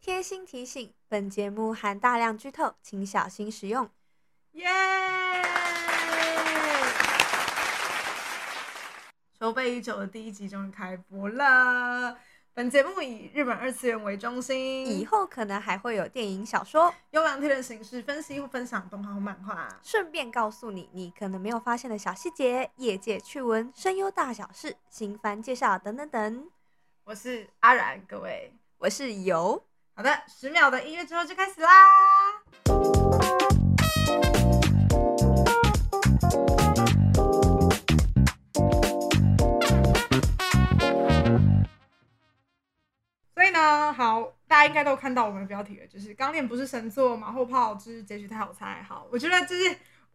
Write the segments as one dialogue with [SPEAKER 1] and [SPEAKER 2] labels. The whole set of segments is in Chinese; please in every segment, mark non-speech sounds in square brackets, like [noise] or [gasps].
[SPEAKER 1] 贴心提醒：本节目含大量剧透，请小心使用。
[SPEAKER 2] 耶！筹备已久的第一集终于开播了。本节目以日本二次元为中心，
[SPEAKER 1] 以后可能还会有电影、小说，
[SPEAKER 2] 用两天的形式分析或分享动画或漫画。
[SPEAKER 1] 顺便告诉你你可能没有发现的小细节、业界趣闻、声优大小事、新番介绍等等等。
[SPEAKER 2] 我是阿然，各位。
[SPEAKER 1] 我是游，
[SPEAKER 2] 好的，十秒的音乐之后就开始啦。所以呢，好，大家应该都有看到我们的标题了，就是《钢炼不是神作，马后炮之结局太好猜》。好，我觉得就是，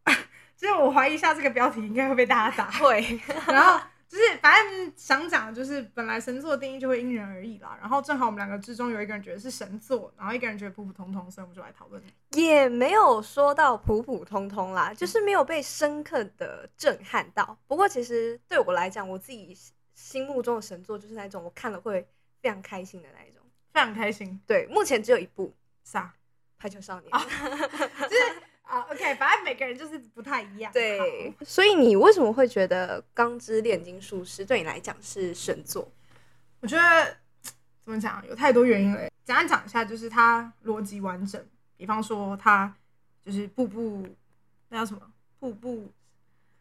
[SPEAKER 2] [laughs] 就是我怀疑一下这个标题应该会被大家打
[SPEAKER 1] 会
[SPEAKER 2] 然后就是反正想讲的就是，本来神作的定义就会因人而异啦。然后正好我们两个之中有一个人觉得是神作，然后一个人觉得普普通通，所以我们就来讨论。
[SPEAKER 1] [laughs] 也没有说到普普通通啦，就是没有被深刻的震撼到。不过其实对我来讲，我自己心目中的神作就是那种我看了会非常开心的那一种。
[SPEAKER 2] 非常开心，
[SPEAKER 1] 对，目前只有一部《 [laughs]
[SPEAKER 2] 啥？
[SPEAKER 1] 排球少年》
[SPEAKER 2] 啊就是啊，OK，反正每个人就是不太一样。
[SPEAKER 1] 对，所以你为什么会觉得《钢之炼金术师》对你来讲是神作？
[SPEAKER 2] 我觉得怎么讲，有太多原因了。简单讲一下，就是它逻辑完整。比方说，它就是步步那叫什么？步步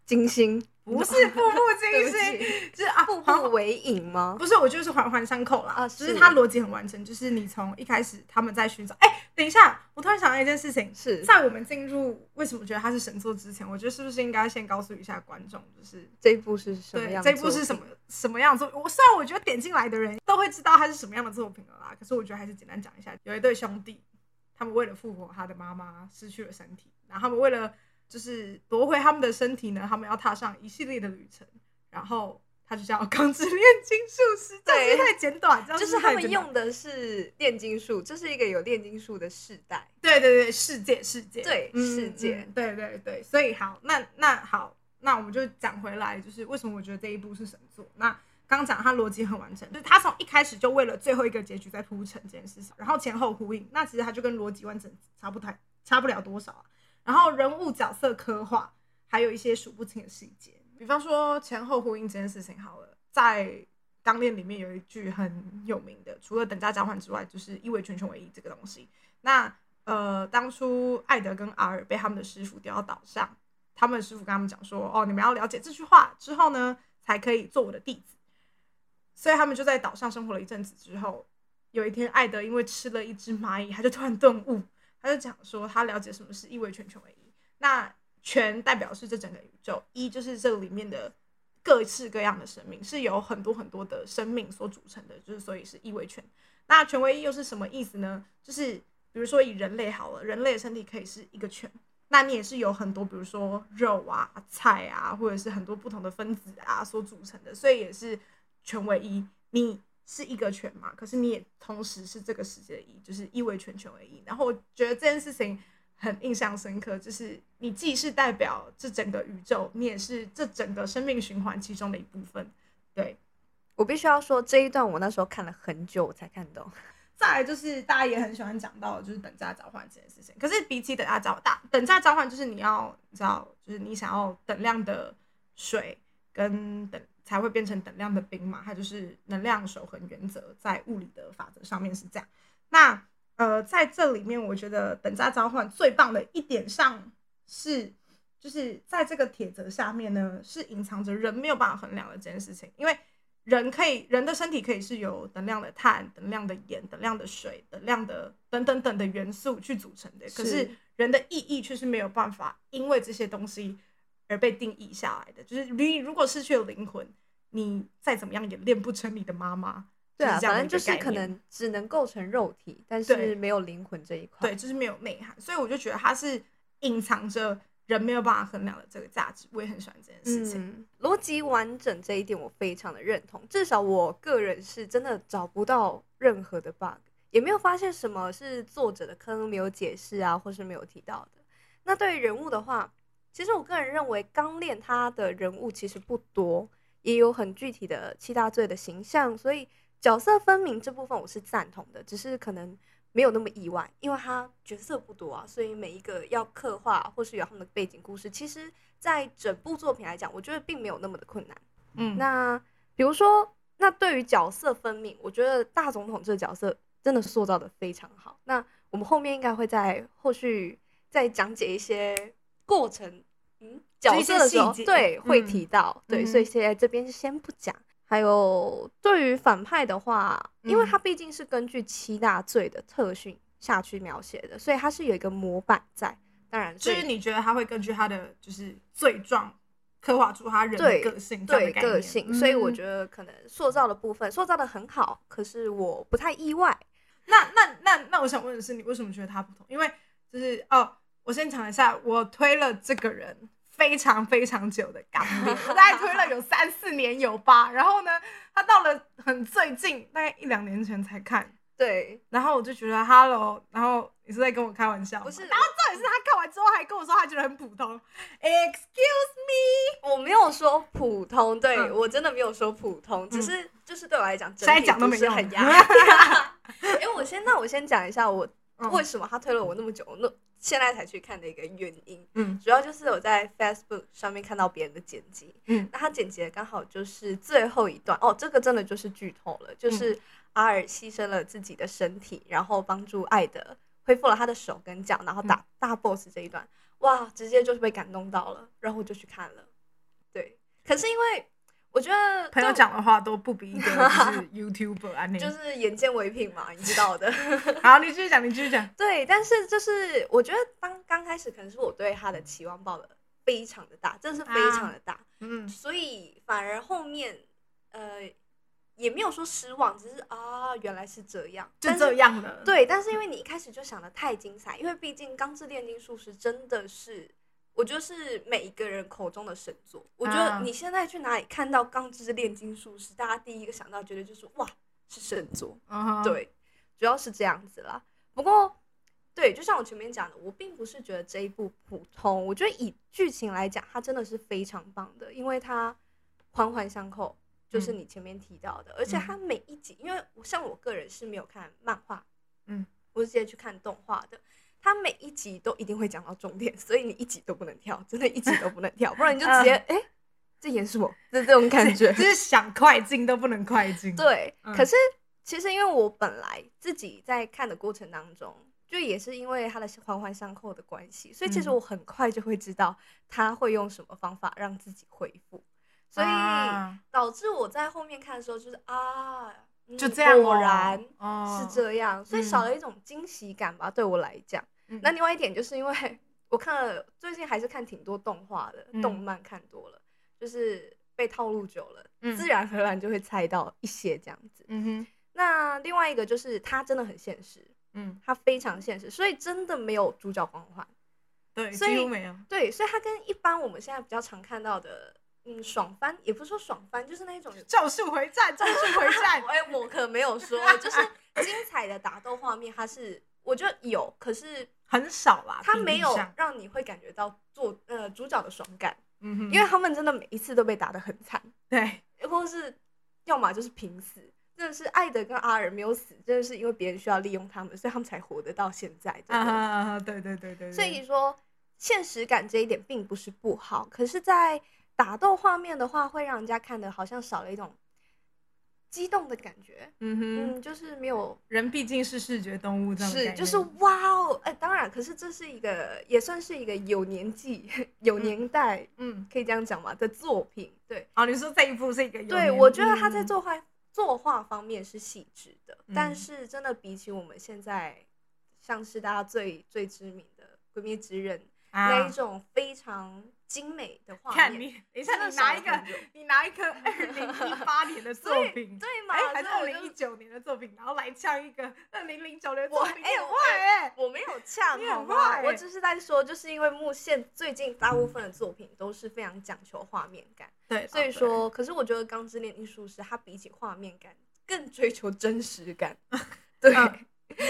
[SPEAKER 1] 金星
[SPEAKER 2] 不是步步
[SPEAKER 1] [laughs]
[SPEAKER 2] 惊
[SPEAKER 1] 对不
[SPEAKER 2] 心，就是啊，
[SPEAKER 1] 步
[SPEAKER 2] 好
[SPEAKER 1] 步为营吗？
[SPEAKER 2] 不是，我就是环环相扣啦。
[SPEAKER 1] 啊
[SPEAKER 2] 就是
[SPEAKER 1] 是
[SPEAKER 2] 它逻辑很完整，就是你从一开始他们在寻找。哎、等一下，我突然想到一件事情，
[SPEAKER 1] 是
[SPEAKER 2] 在我们进入为什么觉得它是神作之前，我觉得是不是应该先告诉一下观众，就是
[SPEAKER 1] 这一部是什么
[SPEAKER 2] 对
[SPEAKER 1] 样的
[SPEAKER 2] 这
[SPEAKER 1] 作品？
[SPEAKER 2] 一部是什么什么样的作品？我虽然我觉得点进来的人都会知道它是什么样的作品了啦，可是我觉得还是简单讲一下。有一对兄弟，他们为了复活他的妈妈，失去了身体，然后他们为了就是夺回他们的身体呢，他们要踏上一系列的旅程，然后。他就叫钢之炼金术师，这样是不是太简短，这样
[SPEAKER 1] 就是
[SPEAKER 2] 不
[SPEAKER 1] 他
[SPEAKER 2] 太
[SPEAKER 1] 们
[SPEAKER 2] 简短
[SPEAKER 1] 用的是炼金术，这是一个有炼金术的世代。
[SPEAKER 2] 对对对，世界世界嗯
[SPEAKER 1] 对世界
[SPEAKER 2] 对对对，所以好，那那好，那我们就讲回来，就是为什么我觉得这一部是神作。那刚讲它逻辑很完整，就是它从一开始就为了最后一个结局在铺陈这件事情，然后前后呼应，那其实它就跟逻辑完整差不太差不了多少啊。然后人物角色刻画，还有一些数不清的细节，比方说前后呼应这件事情好了，在。钢炼里面有一句很有名的，除了等价交换之外，就是一为全全为一这个东西。那呃，当初艾德跟阿尔被他们的师傅丢到岛上，他们的师傅跟他们讲说：“哦，你们要了解这句话之后呢，才可以做我的弟子。”所以他们就在岛上生活了一阵子之后，有一天艾德因为吃了一只蚂蚁，他就突然顿悟，他就讲说他了解什么是一为全，全为一。那全代表是这整个宇宙，一就是这里面的各式各样的生命，是由很多很多的生命所组成的，就是所以是一为全。那全为一又是什么意思呢？就是比如说以人类好了，人类的身体可以是一个全，那你也是有很多，比如说肉啊、菜啊，或者是很多不同的分子啊所组成的，所以也是全为一。你是一个全嘛，可是你也同时是这个世界的一，就是一为全，全为一。然后我觉得这件事情很印象深刻，就是你既是代表这整个宇宙，你也是这整个生命循环其中的一部分。对，
[SPEAKER 1] 我必须要说这一段，我那时候看了很久我才看懂。
[SPEAKER 2] 再来就是大家也很喜欢讲到的就是等价交换这件事情，可是比起等价交大等价交换就是你要你知道，就是你想要等量的水跟等才会变成等量的冰嘛，它就是能量守恒原则在物理的法则上面是这样。那呃，在这里面，我觉得等价交换最棒的一点上是，就是在这个铁则下面呢，是隐藏着人没有办法衡量的这件事情，因为人可以人的身体可以是由等量的碳、等量的盐、等量的水、等量的等等等的元素去组成的，可是
[SPEAKER 1] 是
[SPEAKER 2] 人的意义却是没有办法因为这些东西而被定义下来的。就是你如果失去了灵魂，你再怎么样也练不成你的妈妈。
[SPEAKER 1] 对啊，
[SPEAKER 2] 是这样
[SPEAKER 1] 反正
[SPEAKER 2] 的一
[SPEAKER 1] 就
[SPEAKER 2] 个
[SPEAKER 1] 是
[SPEAKER 2] 概
[SPEAKER 1] 可
[SPEAKER 2] 念
[SPEAKER 1] 能只能构成肉体，但
[SPEAKER 2] 对
[SPEAKER 1] 是没有灵魂这一块。
[SPEAKER 2] 对，，就是没有内涵，所以我就觉得它是隐藏着人没有办法衡量的这个价值。我也很喜欢这件事情。
[SPEAKER 1] 嗯，逻辑完整这一点我非常的认同，至少我个人是真的找不到任何的 bug，也没有发现什么是作者的坑没有解释啊，或是没有提到的。那对于人物的话，其实我个人认为钢炼他的人物其实不多，也有很具体的七大罪的形象，所以角色分明这部分我是赞同的，只是可能没有那么意外，因为他角色不多啊，所以每一个要刻画或是有他们的背景故事，其实在整部作品来讲，我觉得并没有那么的困难。
[SPEAKER 2] 嗯，
[SPEAKER 1] 那比如说，那对于角色分明，我觉得大总统这个角色真的塑造的非常好。那我们后面应该会在后续再讲解一些过程，嗯，角色的时候
[SPEAKER 2] 就一些细节
[SPEAKER 1] 对会
[SPEAKER 2] 嗯
[SPEAKER 1] 提到，对，
[SPEAKER 2] 嗯
[SPEAKER 1] 所以现在这边先不讲。还有对于反派的话，因为
[SPEAKER 2] 嗯
[SPEAKER 1] 它毕竟是根据七大罪的特训下去描写的，所以它是有一个模板在。当然，所
[SPEAKER 2] 就
[SPEAKER 1] 以
[SPEAKER 2] 是你觉得他会根据他的就是罪状刻画出他人的
[SPEAKER 1] 对
[SPEAKER 2] 个性，这样
[SPEAKER 1] 对
[SPEAKER 2] 的概念嗯
[SPEAKER 1] 个性，所以我
[SPEAKER 2] 得
[SPEAKER 1] 觉得可能塑造的部分塑造的很好，可是我不太意外。
[SPEAKER 2] 那那那那我想问的是，你为什么觉得他不同？因为就是哦，我先讲一下，我推了这个人非常非常久的港烈，我大概推了有三四年有吧。然后呢，他到了很最近，大概一两年前才看，
[SPEAKER 1] 对，
[SPEAKER 2] 然后我就觉得 Hello，然后你是在跟我开玩笑吗？
[SPEAKER 1] 不是
[SPEAKER 2] 然后重点是他看完之后还跟我说他觉得很普通，Excuse
[SPEAKER 1] 我没有说普通，对、
[SPEAKER 2] 嗯
[SPEAKER 1] 我真的没有说普通，只是就是对我来讲，整
[SPEAKER 2] 现在
[SPEAKER 1] 体
[SPEAKER 2] 讲都
[SPEAKER 1] 不
[SPEAKER 2] 没
[SPEAKER 1] 是
[SPEAKER 2] 用
[SPEAKER 1] 很压 [laughs] 力。哎、我先那我先讲一下我
[SPEAKER 2] 嗯
[SPEAKER 1] 为什么他推了我那么久，那现在才去看的一个原因。
[SPEAKER 2] 嗯
[SPEAKER 1] 主要就是我在 Facebook 上面看到别人的剪辑，
[SPEAKER 2] 嗯
[SPEAKER 1] 那他剪辑的刚好就是最后一段哦，这个真的就是剧透了，
[SPEAKER 2] 嗯
[SPEAKER 1] 就是阿尔牺牲了自己的身体，然后帮助艾德恢复了他的手跟脚，然后打、
[SPEAKER 2] 嗯
[SPEAKER 1] 大 boss 这一段，哇，直接就是被感动到了，然后我就去看了，对，可是因为我觉得
[SPEAKER 2] 朋友
[SPEAKER 1] 对
[SPEAKER 2] 讲的话都不比一个就是
[SPEAKER 1] [laughs]
[SPEAKER 2] YouTuber 啊，那
[SPEAKER 1] 就
[SPEAKER 2] 个。
[SPEAKER 1] 是眼见为凭嘛，你知道的。 [laughs]
[SPEAKER 2] 好，你继续讲，你继续讲。
[SPEAKER 1] 对，但是就是我觉得当刚开始可能是我对他的期望抱的非常的大，真的是非常的大，
[SPEAKER 2] 嗯
[SPEAKER 1] 所以反而后面呃也没有说失望，只是啊原来是这样，
[SPEAKER 2] 就
[SPEAKER 1] 但是
[SPEAKER 2] 这。样了。，
[SPEAKER 1] 对，但是因为你一开始就想的太精彩，因为毕竟《钢之炼金术师》真的是，我觉得是每一个人口中的神作。我觉
[SPEAKER 2] 啊
[SPEAKER 1] 得你现在去哪里看到《钢之炼金术师》，大家第一个想到绝对就是哇，是神作。
[SPEAKER 2] 嗯哼，
[SPEAKER 1] 对，主要是这样子啦。不过，对，就像我前面讲的，我并不是觉得这一部普通，我觉得以剧情来讲，它真的是非常棒的，因为它环环相扣，就是
[SPEAKER 2] 嗯
[SPEAKER 1] 你前面提到的，而且它每一集，因为我像我个人是没有看漫画，
[SPEAKER 2] 嗯，
[SPEAKER 1] 我是直接去看动画的。它每一集都一定会讲到重点，所以你一集都不能跳，真的一集都不能跳，不然你就直 [laughs] 接哎、诶在演什么？ [laughs] 这这种感 [laughs] 觉，
[SPEAKER 2] 就是想快进都不能快进。，
[SPEAKER 1] 对，
[SPEAKER 2] 嗯
[SPEAKER 1] 可是其实因为我本来自己在看的过程当中，就也是因为它的环环相扣的关系，所以其实
[SPEAKER 2] 嗯
[SPEAKER 1] 我很快就会知道他会用什么方法让自己恢复，所以
[SPEAKER 2] 啊
[SPEAKER 1] 导致我在后面看的时候就是啊，嗯
[SPEAKER 2] 就这样、哦。
[SPEAKER 1] 果然
[SPEAKER 2] 哦
[SPEAKER 1] 是，这样，所以
[SPEAKER 2] 嗯
[SPEAKER 1] 少了一种惊喜感吧，对我来讲。
[SPEAKER 2] 嗯
[SPEAKER 1] 那另外一点就是因为我看了最近还是看挺多动画的，
[SPEAKER 2] 嗯
[SPEAKER 1] 动漫看多了，就是被套路久了，
[SPEAKER 2] 嗯
[SPEAKER 1] 自然而然就会猜到一些这样子。
[SPEAKER 2] 嗯哼，
[SPEAKER 1] 那另外一个就是它真的很现实，
[SPEAKER 2] 嗯，
[SPEAKER 1] 它非常现实，所以真的没有主角光环。
[SPEAKER 2] 对，
[SPEAKER 1] 所以
[SPEAKER 2] 几乎没有。
[SPEAKER 1] 对，所以它跟一般我们现在比较常看到的，嗯，爽番也不是说爽番，就是那一种有
[SPEAKER 2] 咒术回战，咒术回
[SPEAKER 1] [laughs]
[SPEAKER 2] 战，
[SPEAKER 1] 哎、我可没有说，就是精彩的打斗画面，它是我觉得有，可是
[SPEAKER 2] 很少啦。
[SPEAKER 1] 它
[SPEAKER 2] 比例
[SPEAKER 1] 没有
[SPEAKER 2] 上
[SPEAKER 1] 让你会感觉到做呃主角的爽感，
[SPEAKER 2] 嗯哼，
[SPEAKER 1] 因为他们真的每一次都被打得很惨，
[SPEAKER 2] 对，
[SPEAKER 1] 或是要么就是平死。真的是艾德跟阿尔没有死，真的是因为别人需要利用他们，所以他们才活得到现在。真的
[SPEAKER 2] 啊哈，啊哈对对对对。对
[SPEAKER 1] 所以，说现实感这一点并不是不好，可是，在打斗画面的话，会让人家看的好像少了一种激动的感觉。
[SPEAKER 2] 嗯哼，
[SPEAKER 1] 嗯，就是没有
[SPEAKER 2] 人毕竟是视觉动物，这样的概
[SPEAKER 1] 是，
[SPEAKER 2] 念
[SPEAKER 1] 就是哇哦，哎、当然，可是这是一个也算是一个有年纪、 [laughs] 有年代，
[SPEAKER 2] 嗯，
[SPEAKER 1] 可以这样讲嘛的作品。对，
[SPEAKER 2] 哦，你说这一部是一个有
[SPEAKER 1] 对
[SPEAKER 2] 年
[SPEAKER 1] 我觉得他
[SPEAKER 2] 嗯
[SPEAKER 1] 在作画作画方面是细致的，但
[SPEAKER 2] 嗯
[SPEAKER 1] 是真的比起我们现在像是大家最最知名的《鬼灭之刃》那
[SPEAKER 2] 啊
[SPEAKER 1] 一，种非常精美的画面，
[SPEAKER 2] 看你，等
[SPEAKER 1] 真
[SPEAKER 2] 一下
[SPEAKER 1] 的
[SPEAKER 2] 你
[SPEAKER 1] 少
[SPEAKER 2] 拿
[SPEAKER 1] 了
[SPEAKER 2] 一个
[SPEAKER 1] 很久，
[SPEAKER 2] 你拿一个二零一八年的
[SPEAKER 1] [laughs]
[SPEAKER 2] 作
[SPEAKER 1] 所以
[SPEAKER 2] 品，
[SPEAKER 1] 对嘛？
[SPEAKER 2] [laughs] 哎，还是
[SPEAKER 1] 所以
[SPEAKER 2] 二
[SPEAKER 1] 我
[SPEAKER 2] 零一
[SPEAKER 1] 就
[SPEAKER 2] 九年的作品，然后来呛一个二零零九年的
[SPEAKER 1] 我
[SPEAKER 2] 作品，
[SPEAKER 1] 哎
[SPEAKER 2] 很
[SPEAKER 1] 我
[SPEAKER 2] 坏哎，
[SPEAKER 1] 我没有呛
[SPEAKER 2] 你很
[SPEAKER 1] 好吗？
[SPEAKER 2] 坏嗯
[SPEAKER 1] 我只是在说，就是因为目前最近大部分的作品都是非常讲求画面感，
[SPEAKER 2] 对，
[SPEAKER 1] 所以
[SPEAKER 2] 哦，
[SPEAKER 1] 说，可是我觉得《钢之炼金术师》它比起画面感更追求真实
[SPEAKER 2] [laughs]
[SPEAKER 1] 感，对。
[SPEAKER 2] 嗯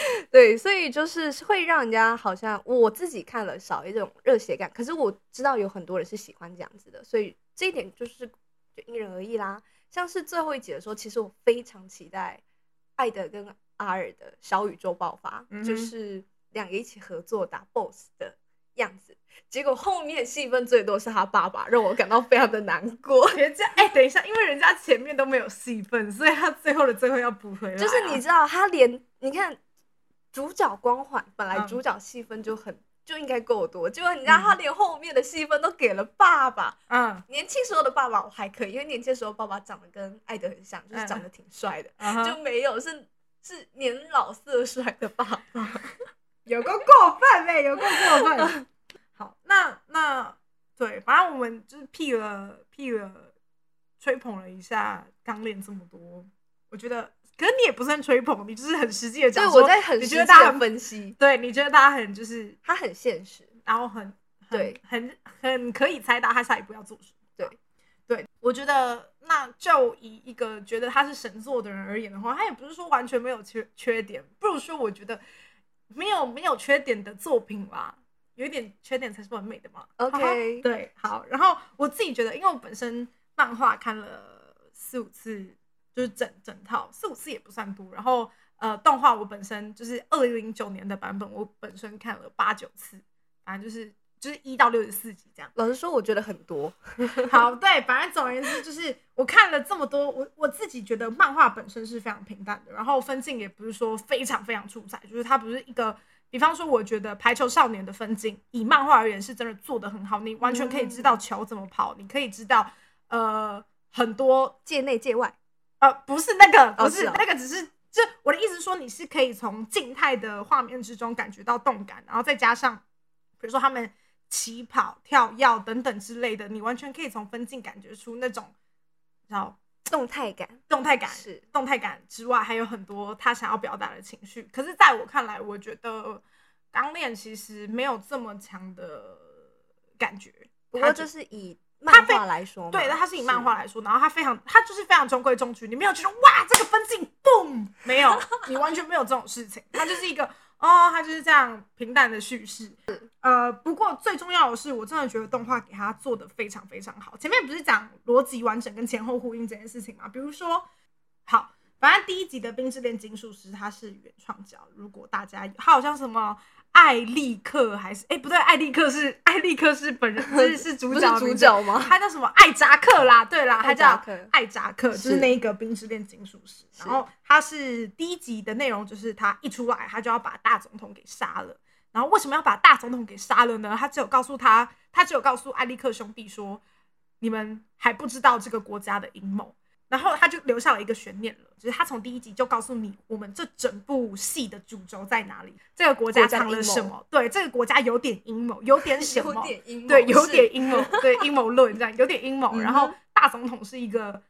[SPEAKER 1] [laughs] 对，所以就是会让人家好像我自己看了少一种热血感，可是我知道有很多人是喜欢这样子的，所以这一点就是就因人而异啦。像是最后一集的时候，其实我非常期待艾德跟阿尔的小宇宙爆发，
[SPEAKER 2] 嗯哼
[SPEAKER 1] 就是两个一起合作打 BOSS 的样子。结果后面戏份最多是他爸爸，让我感到非常的难过。
[SPEAKER 2] 人家哎、等一下，因为人家前面都没有戏份，所以他最后的最后要补回来啊、
[SPEAKER 1] 就是你知道，他连你看主角光环本来
[SPEAKER 2] 嗯
[SPEAKER 1] 主角戏份就很、就应该够多，结果你知道他连后面的戏份都给了爸爸。
[SPEAKER 2] 嗯，
[SPEAKER 1] 年轻时候的爸爸我还可以，因为年轻时候爸爸长得跟艾德很像，就是长得挺帅的，
[SPEAKER 2] 嗯哼
[SPEAKER 1] 就没有是是年老色衰的爸爸。
[SPEAKER 2] 有个过分呗、有个
[SPEAKER 1] [laughs]
[SPEAKER 2] 过分。好，那那对，反正我们就是屁了屁了，吹捧了一下刚练这么多，我觉得，可是你也不是很吹捧，你就是很实际的讲
[SPEAKER 1] 对，
[SPEAKER 2] 说
[SPEAKER 1] 我在很
[SPEAKER 2] 你
[SPEAKER 1] 实
[SPEAKER 2] 觉
[SPEAKER 1] 际
[SPEAKER 2] 得大家
[SPEAKER 1] 的
[SPEAKER 2] 很，
[SPEAKER 1] 分析，
[SPEAKER 2] 对，你觉得大家很就是，
[SPEAKER 1] 他很现实。
[SPEAKER 2] 然后很很
[SPEAKER 1] 对
[SPEAKER 2] 很很可以猜到他下一步要做什么。
[SPEAKER 1] 对
[SPEAKER 2] 对，我觉得那就以一个觉得他是神作的人而言的话，他也不是说完全没有缺缺点，不如说我觉得没有没有缺点的作品啦，有一点缺点才是完美的嘛。
[SPEAKER 1] OK
[SPEAKER 2] 好好对，好。然后我自己觉得，因为我本身漫画看了四五次，就是整整套四五次也不算多。然后呃，动画我本身就是二零零九年的版本，我本身看了八九次，反正就是就是一到六十四集这样。
[SPEAKER 1] 老实说，我觉得很多，
[SPEAKER 2] 好，对，反正总而言之就是，我看了这么多，我我自己觉得漫画本身是非常平淡的，然后分镜也不是说非常非常出彩，就是它不是一个，比方说我觉得《排球少年》的分镜，以漫画而言是真的做的很好，你完全可以知道球怎么跑，你可以知道呃很多
[SPEAKER 1] 界内界外。
[SPEAKER 2] 呃，不是那个，
[SPEAKER 1] 哦
[SPEAKER 2] 不是、
[SPEAKER 1] 是哦
[SPEAKER 2] 那个，只是就我的意思是说，你是可以从静态的画面之中感觉到动感，然后再加上比如说他们起跑、跳跃等等之类的，你完全可以从分镜感觉出那种，然后
[SPEAKER 1] 动态感
[SPEAKER 2] 动态感
[SPEAKER 1] 是
[SPEAKER 2] 动态感之外，还有很多他想要表达的情绪。可是，在我看来，我觉得钢炼其实没有这么强的感觉。
[SPEAKER 1] 不
[SPEAKER 2] 它
[SPEAKER 1] 过
[SPEAKER 2] 就
[SPEAKER 1] 就是以
[SPEAKER 2] 他
[SPEAKER 1] 漫
[SPEAKER 2] 被
[SPEAKER 1] 画来说嘛，
[SPEAKER 2] 对，那它是以漫画来说，然后它非常，它就是非常中规中矩，你没有觉得哇，这个分镜嘣，没有，你完全没有这种事情，它就是一个哦，它就是这样平淡的叙事。呃，不过最重要的是，我真的觉得动画给它做的非常非常好。前面不是讲逻辑完整跟前后呼应这件事情嘛？比如说，好，反正第一集的《冰之炼金术师》它是原创角，如果大家有它好像什么。艾利克还是哎、不对，艾利克是艾利克是
[SPEAKER 1] [laughs]
[SPEAKER 2] 本人是是主
[SPEAKER 1] 不
[SPEAKER 2] 角
[SPEAKER 1] 是
[SPEAKER 2] 的
[SPEAKER 1] 主
[SPEAKER 2] 名字
[SPEAKER 1] 角吗？
[SPEAKER 2] 他叫什么？艾扎克啦，对啦，他
[SPEAKER 1] 艾
[SPEAKER 2] 叫
[SPEAKER 1] 哦扎克
[SPEAKER 2] 艾扎克，就是
[SPEAKER 1] 是
[SPEAKER 2] 那一个冰之炼金术师。然后他是第一集的内容，就是他一出来，他就要把大总统给杀了。然后为什么要把大总统给杀了呢？他只有告诉他，他只有告诉艾利克兄弟说，你们还不知道这个国家的阴谋。然后他就留下了一个悬念了，就是他从第一集就告诉你，我们这整部戏的主轴在哪里，这个国家
[SPEAKER 1] 国家的
[SPEAKER 2] 藏了
[SPEAKER 1] 阴谋
[SPEAKER 2] 什么？对，这个国家有点阴谋，有点什
[SPEAKER 1] [laughs]
[SPEAKER 2] 么？
[SPEAKER 1] 有点阴谋，
[SPEAKER 2] 对，有
[SPEAKER 1] 是
[SPEAKER 2] 点阴谋，对阴谋论这样，有点阴谋。然
[SPEAKER 1] 嗯
[SPEAKER 2] 后
[SPEAKER 1] 哼
[SPEAKER 2] 大总统是一个，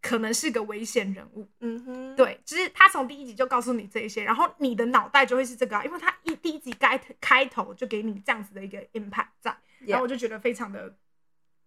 [SPEAKER 2] 可能是个危险人物，
[SPEAKER 1] 嗯哼，
[SPEAKER 2] 对，就是他从第一集就告诉你这一些，然后你的脑袋就会是这个啊、因为他一第一集开开头就给你这样子的一个 impact 在，然后我就觉得非常的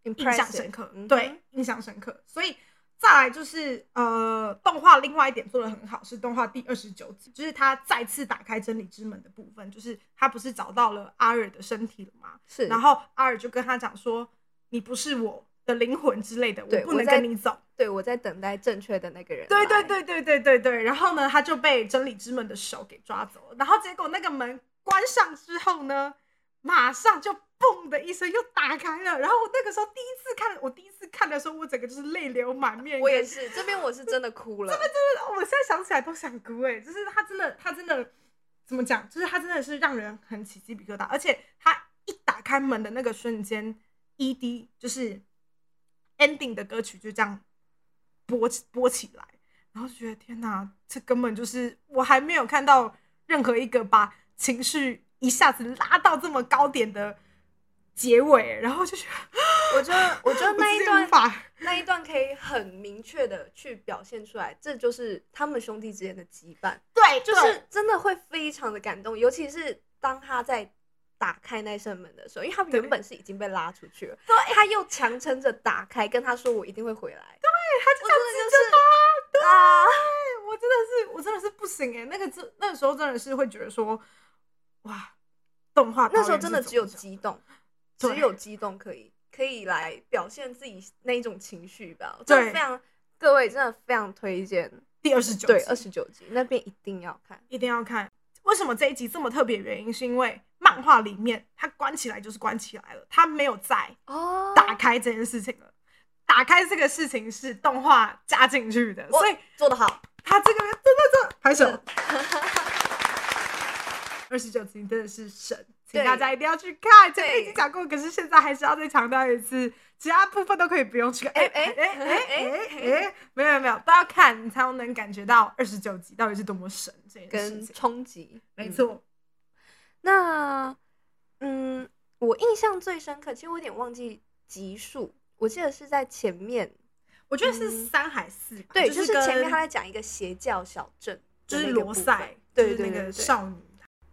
[SPEAKER 2] 印象深刻
[SPEAKER 1] Impressive，嗯哼
[SPEAKER 2] 对，印象深刻。所以再来就是呃，动画另外一点做的很好，是动画第二十九集，就是他再次打开真理之门的部分，就是他不是找到了阿尔的身体了吗？
[SPEAKER 1] 是，
[SPEAKER 2] 然后阿尔就跟他讲说：“你不是我的灵魂之类的，我
[SPEAKER 1] 对
[SPEAKER 2] 不
[SPEAKER 1] 我
[SPEAKER 2] 能
[SPEAKER 1] 在
[SPEAKER 2] 跟你走。
[SPEAKER 1] 对我在等待正确的那个人”。
[SPEAKER 2] 对对，对对对对对。然后呢，他就被真理之门的手给抓走了。然后结果那个门关上之后呢，马上就嘣的一声又打开了。然后我那个时候第一次看，我第一次看的时候，我整个就是泪流满面。
[SPEAKER 1] 我也是，这边我是真的哭了。
[SPEAKER 2] [laughs] 我现在想起来都想哭哎、就是他真的，他真的怎么讲？就是他真的是让人很起鸡皮疙瘩，而且他一打开门的那个瞬间，ED 就是 ending 的歌曲就这样播起播起来，然后就觉得天哪，这根本就是我还没有看到任何一个把情绪一下子拉到这么高点的结尾，然后就觉得 [gasps]
[SPEAKER 1] 我觉得，我觉得那
[SPEAKER 2] 直
[SPEAKER 1] 一
[SPEAKER 2] 接无
[SPEAKER 1] 段
[SPEAKER 2] 法
[SPEAKER 1] 那一段可以很明确的去表现出来，这就是他们兄弟之间的羁绊，
[SPEAKER 2] 对，就
[SPEAKER 1] 就是真的会非常的感动，尤其是当他在。打开那扇门的时候，因为他
[SPEAKER 2] 对
[SPEAKER 1] 原本是已经被拉出去了，对，他又强撑着打开，跟他说我一定会回来，对
[SPEAKER 2] 他就
[SPEAKER 1] 我
[SPEAKER 2] 这样
[SPEAKER 1] 真的就
[SPEAKER 2] 子
[SPEAKER 1] 啊
[SPEAKER 2] 就是对，我真的是，我真的是不行哎、那个真那个时候真的是会觉得说，哇，动画
[SPEAKER 1] 那时候真的只有
[SPEAKER 2] 机，
[SPEAKER 1] 激动，
[SPEAKER 2] 对
[SPEAKER 1] 只有激动可以可以来表现自己那一种情绪吧。真的
[SPEAKER 2] 对
[SPEAKER 1] 非常各位真的非常推荐，
[SPEAKER 2] 第二十九
[SPEAKER 1] 对
[SPEAKER 2] 集
[SPEAKER 1] 二十九集那边一定要看。
[SPEAKER 2] 一定要看。为什么这一集这么特别？原因是因为漫画里面它关起来就是关起来了，它没有在
[SPEAKER 1] 哦
[SPEAKER 2] 打开这件事情了。打开这个事情是动画加进去的，
[SPEAKER 1] 哇
[SPEAKER 2] 所以
[SPEAKER 1] 做得好，
[SPEAKER 2] 它这个真的真拍手。 [laughs] 二十九集真的是神，请
[SPEAKER 1] 对
[SPEAKER 2] 大家一定要去看。前面
[SPEAKER 1] 对
[SPEAKER 2] 已经讲过，可是现在还是要再强调一次，其他部分都可以不用去看。哎哎
[SPEAKER 1] 哎
[SPEAKER 2] 哎哎
[SPEAKER 1] 哎
[SPEAKER 2] 哎哎，没有没有，都要看你才能感觉到二十九集到底是多么神这件事
[SPEAKER 1] 跟
[SPEAKER 2] 情。
[SPEAKER 1] 冲击，
[SPEAKER 2] 没
[SPEAKER 1] 嗯
[SPEAKER 2] 错，
[SPEAKER 1] 那嗯，我印象最深刻，其实我有点忘记集数，我记得是在前面，
[SPEAKER 2] 我觉得是
[SPEAKER 1] 嗯
[SPEAKER 2] 三海四吧，
[SPEAKER 1] 对，
[SPEAKER 2] 啊就是
[SPEAKER 1] 前面
[SPEAKER 2] 跟
[SPEAKER 1] 他在讲一个邪教小镇
[SPEAKER 2] 就
[SPEAKER 1] 的那
[SPEAKER 2] 是
[SPEAKER 1] 个部分，
[SPEAKER 2] 罗塞，
[SPEAKER 1] 对
[SPEAKER 2] 就是
[SPEAKER 1] 对
[SPEAKER 2] 那
[SPEAKER 1] 对对
[SPEAKER 2] 个少女，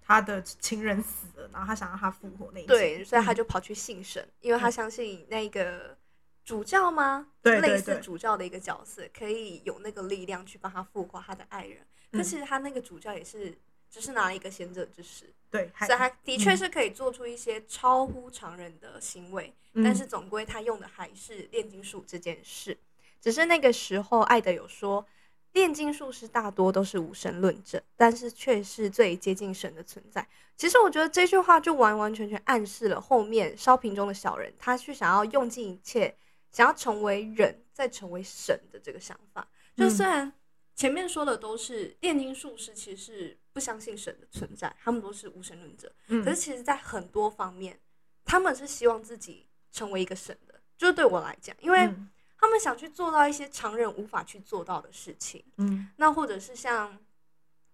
[SPEAKER 2] 她的情人死了，然后她想让她复活那一集
[SPEAKER 1] 对，所以他
[SPEAKER 2] 嗯
[SPEAKER 1] 就跑去信神，因为他相信那个主教吗？
[SPEAKER 2] 对对
[SPEAKER 1] 类似
[SPEAKER 2] 对
[SPEAKER 1] 主教的一个角色，可以有那个力量去帮他复活他的爱人。
[SPEAKER 2] 嗯
[SPEAKER 1] 可其实他那个主教也是，只是拿了一个贤者之石，
[SPEAKER 2] 对，还
[SPEAKER 1] 所以他的
[SPEAKER 2] 嗯
[SPEAKER 1] 确是可以做出一些超乎常人的行为，
[SPEAKER 2] 嗯
[SPEAKER 1] 但是总归他用的还是炼金术这件事。只是那个时候，艾德有说，炼金术师大多都是无神论者，但是却是最接近神的存在。其实我觉得这句话就完完全全暗示了后面烧瓶中的小人，他去想要用尽一切，想要成为人，再成为神的这个想法。就
[SPEAKER 2] 嗯
[SPEAKER 1] 虽然前面说的都是炼金术师，其实是不相信神的存在，他们都是无神论者。
[SPEAKER 2] 嗯
[SPEAKER 1] 可是其实，在很多方面，他们是希望自己成为一个神的。就是对我来讲，因为
[SPEAKER 2] 嗯
[SPEAKER 1] 他们想去做到一些常人无法去做到的事情。
[SPEAKER 2] 嗯
[SPEAKER 1] 那或者是像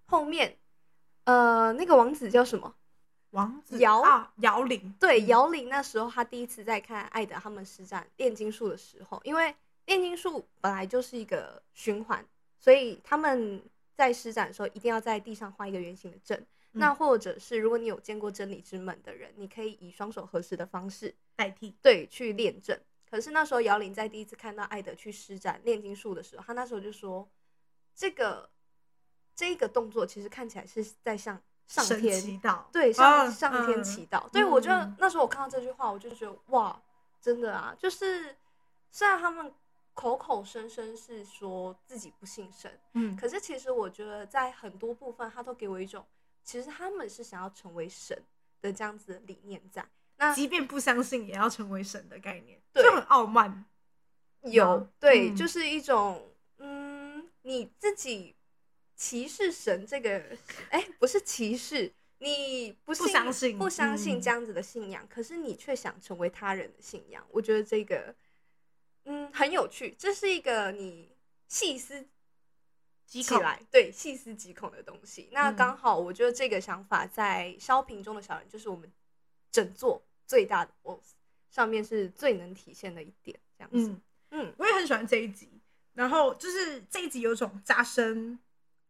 [SPEAKER 1] 后面，呃，那个王子叫什么？
[SPEAKER 2] 王子
[SPEAKER 1] 摇
[SPEAKER 2] 啊摇铃，
[SPEAKER 1] 对，
[SPEAKER 2] 嗯
[SPEAKER 1] 姚玲那时候她第一次在看艾德他们施展炼金术的时候，因为炼金术本来就是一个循环，所以他们在施展的时候一定要在地上画一个圆形的阵。
[SPEAKER 2] 嗯
[SPEAKER 1] 那或者是如果你有见过真理之门的人，你可以以双手合十的方式
[SPEAKER 2] 代替，
[SPEAKER 1] 对去练阵。可是那时候姚玲在第一次看到艾德去施展炼金术的时候，她那时候就说，这个这一个动作其实看起来是在向上
[SPEAKER 2] 神
[SPEAKER 1] 天
[SPEAKER 2] 祈祷，
[SPEAKER 1] 对，
[SPEAKER 2] 啊
[SPEAKER 1] 上上天
[SPEAKER 2] 嗯
[SPEAKER 1] 祈祷。对，我觉得
[SPEAKER 2] 嗯
[SPEAKER 1] 那时候我看到这句话，我就觉得哇，真的啊，就是虽然他们口口声声是说自己不信神，
[SPEAKER 2] 嗯，
[SPEAKER 1] 可是其实我觉得在很多部分，他都给我一种其实他们是想要成为神的这样子的理念在。那
[SPEAKER 2] 即便不相信也要成为神的概念，
[SPEAKER 1] 对
[SPEAKER 2] 就很傲慢，
[SPEAKER 1] 有
[SPEAKER 2] 吗
[SPEAKER 1] 对，
[SPEAKER 2] 嗯
[SPEAKER 1] 就是一种嗯，你自己歧视神这个，哎，不是歧视，你不信
[SPEAKER 2] 相信
[SPEAKER 1] 不相信
[SPEAKER 2] 嗯
[SPEAKER 1] 这样子的信仰，可是你却想成为他人的信仰，我觉得这个嗯很有趣，这是一个你细思
[SPEAKER 2] 极
[SPEAKER 1] 起来，对，细思极恐的东西。那
[SPEAKER 2] 嗯
[SPEAKER 1] 刚好，我觉得这个想法在《烧瓶中的小人》就是我们整座最大的 BOSS 上面是最能体现的一点，这样子。
[SPEAKER 2] 嗯，
[SPEAKER 1] 嗯
[SPEAKER 2] 我也很喜欢这一集。然后就是这一集有种加深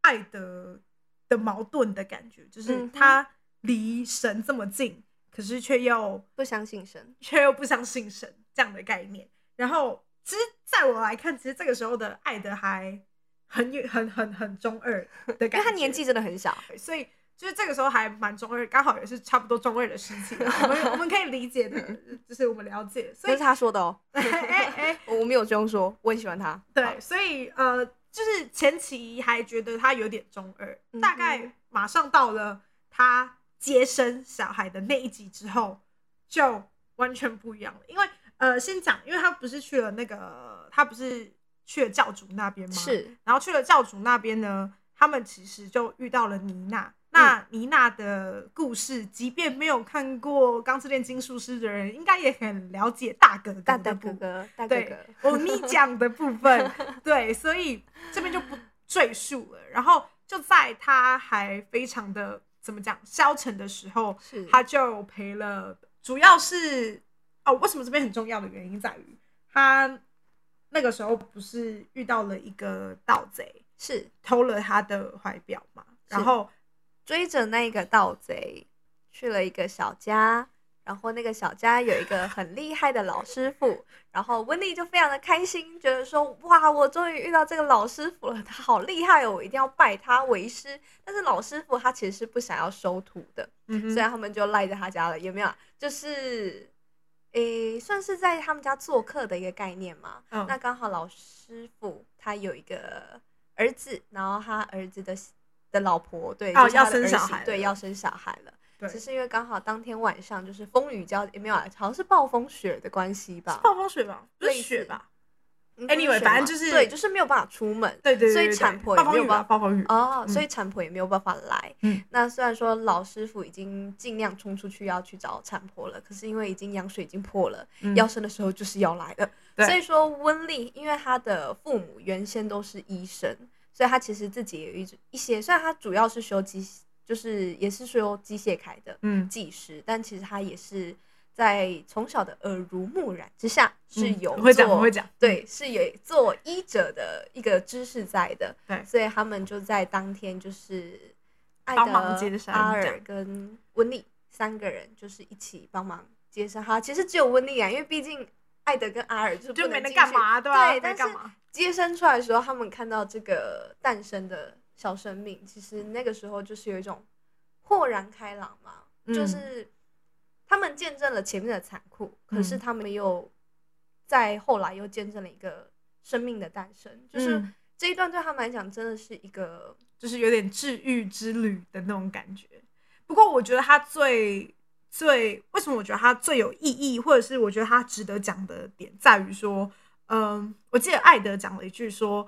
[SPEAKER 2] 艾德的矛盾的感觉，就是
[SPEAKER 1] 嗯哼
[SPEAKER 2] 他离神这么近，可是却又 [laughs]
[SPEAKER 1] 不相信神，
[SPEAKER 2] 却又不相信神这样的概念。然后，其实在我来看，其实这个时候的艾德还很有很很很中二的感
[SPEAKER 1] 因
[SPEAKER 2] 觉，
[SPEAKER 1] 为他年纪真的很小。
[SPEAKER 2] 对所以就是这个时候还蛮中二，刚好也是差不多中二的时期吧，我们我们可以理解的，就是我们了解，所
[SPEAKER 1] 这
[SPEAKER 2] 以
[SPEAKER 1] 是他说的哦，
[SPEAKER 2] 哎哎哎，
[SPEAKER 1] 我我没有这样说，我很喜欢他。好
[SPEAKER 2] 对，所以呃，就是前期还觉得他有点中二，
[SPEAKER 1] 嗯哼
[SPEAKER 2] 大概马上到了他接生小孩的那一集之后，就完全不一样了。因为呃，先讲，因为他不是去了那个，他不是去了教主那边吗？。
[SPEAKER 1] 是
[SPEAKER 2] 然后去了教主那边呢，他们其实就遇到了妮娜。
[SPEAKER 1] 嗯
[SPEAKER 2] 那妮娜的故事，即便没有看过《钢之炼金术师》的人，应该也很了解大哥哥
[SPEAKER 1] 大
[SPEAKER 2] 的
[SPEAKER 1] 大
[SPEAKER 2] 部
[SPEAKER 1] 哥哥，大哥
[SPEAKER 2] 对
[SPEAKER 1] 哥，
[SPEAKER 2] 我你讲的部
[SPEAKER 1] [laughs]
[SPEAKER 2] 分，对，所以这边就不赘述了。然后就在他还非常的怎么讲消沉的时候，
[SPEAKER 1] 是
[SPEAKER 2] 他就赔了，主要是哦，为什么这边很重要的原因在于他那个时候不是遇到了一个盗贼，
[SPEAKER 1] 是
[SPEAKER 2] 偷了他的怀表嘛，
[SPEAKER 1] 是
[SPEAKER 2] 然后
[SPEAKER 1] 追着那个盗贼去了一个小家，然后那个小家有一个很厉害的老师傅，然后温蒂就非常的开心，觉得说哇，我终于遇到这个老师傅了，他好厉害哦，我一定要拜他为师。但是老师傅他其实是不想要收徒的，
[SPEAKER 2] 嗯
[SPEAKER 1] 所以
[SPEAKER 2] 哼，
[SPEAKER 1] 他们就赖在他家了，有没有？就是诶、算是在他们家做客的一个概念嘛。
[SPEAKER 2] 嗯
[SPEAKER 1] 那刚好老师傅他有一个儿子，然后他儿子的的老婆对，
[SPEAKER 2] 哦
[SPEAKER 1] 就是他
[SPEAKER 2] 要
[SPEAKER 1] 的
[SPEAKER 2] 生
[SPEAKER 1] 儿
[SPEAKER 2] 小
[SPEAKER 1] 媳
[SPEAKER 2] 孩
[SPEAKER 1] 对，
[SPEAKER 2] 了
[SPEAKER 1] 要生小孩了。
[SPEAKER 2] 对
[SPEAKER 1] 只是因为刚好当天晚上就是风雨交，也没有啊，好像是暴风雪的关系吧
[SPEAKER 2] 是。暴风雪吧？不是
[SPEAKER 1] 类似
[SPEAKER 2] 雪吧？
[SPEAKER 1] 嗯不是
[SPEAKER 2] anyway，
[SPEAKER 1] 雪
[SPEAKER 2] 反正
[SPEAKER 1] 嘛
[SPEAKER 2] 就是
[SPEAKER 1] 对，就是没有办法出门。
[SPEAKER 2] 对对对
[SPEAKER 1] 所以
[SPEAKER 2] 对对
[SPEAKER 1] 产婆也
[SPEAKER 2] 暴风
[SPEAKER 1] 没有
[SPEAKER 2] 雨
[SPEAKER 1] 办
[SPEAKER 2] 吧？暴风雨。
[SPEAKER 1] 哦，
[SPEAKER 2] 嗯
[SPEAKER 1] 所以产婆也没有办法来。
[SPEAKER 2] 嗯，
[SPEAKER 1] 那虽然说老师傅已经尽量冲出去要去找产婆了，可是因为已经羊水已经破了，
[SPEAKER 2] 嗯
[SPEAKER 1] 要生的时候就是要来的。
[SPEAKER 2] 对
[SPEAKER 1] 所以说温丽，因为她的父母原先都是医生，所以她其实自己也有一一些，虽然她主要是修机，就是也是修机械铠的
[SPEAKER 2] 嗯
[SPEAKER 1] 技师，但其实她也是在从小的耳濡目染之下是
[SPEAKER 2] 嗯
[SPEAKER 1] 有
[SPEAKER 2] 我会讲，
[SPEAKER 1] 做
[SPEAKER 2] 我会讲。
[SPEAKER 1] 对，是有做医者的一个知识在的，
[SPEAKER 2] 对
[SPEAKER 1] 所以他们就在当天就是爱
[SPEAKER 2] 帮
[SPEAKER 1] 德
[SPEAKER 2] 忙接生
[SPEAKER 1] 阿
[SPEAKER 2] 这
[SPEAKER 1] 尔
[SPEAKER 2] 样
[SPEAKER 1] 跟温丽三个人就是一起帮忙接生哈，其实只有温丽啊，因为毕竟爱德跟阿尔就是
[SPEAKER 2] 就
[SPEAKER 1] 不
[SPEAKER 2] 没
[SPEAKER 1] 能
[SPEAKER 2] 能干
[SPEAKER 1] 进去
[SPEAKER 2] 嘛，对吧？
[SPEAKER 1] 对，
[SPEAKER 2] 没
[SPEAKER 1] 但是
[SPEAKER 2] 干嘛？
[SPEAKER 1] 接生出来的时候，他们看到这个诞生的小生命，其实那个时候就是有一种豁然开朗嘛，
[SPEAKER 2] 嗯
[SPEAKER 1] 就是他们见证了前面的残酷，可是
[SPEAKER 2] 嗯
[SPEAKER 1] 他们又在后来又见证了一个生命的诞生，就是
[SPEAKER 2] 嗯
[SPEAKER 1] 这一段对他们来讲真的是一个
[SPEAKER 2] 就是有点治愈之旅的那种感觉。不过我觉得他最最为什么我觉得他最有意义，或者是我觉得他值得讲的点，在于说，嗯、我记得艾德讲了一句说，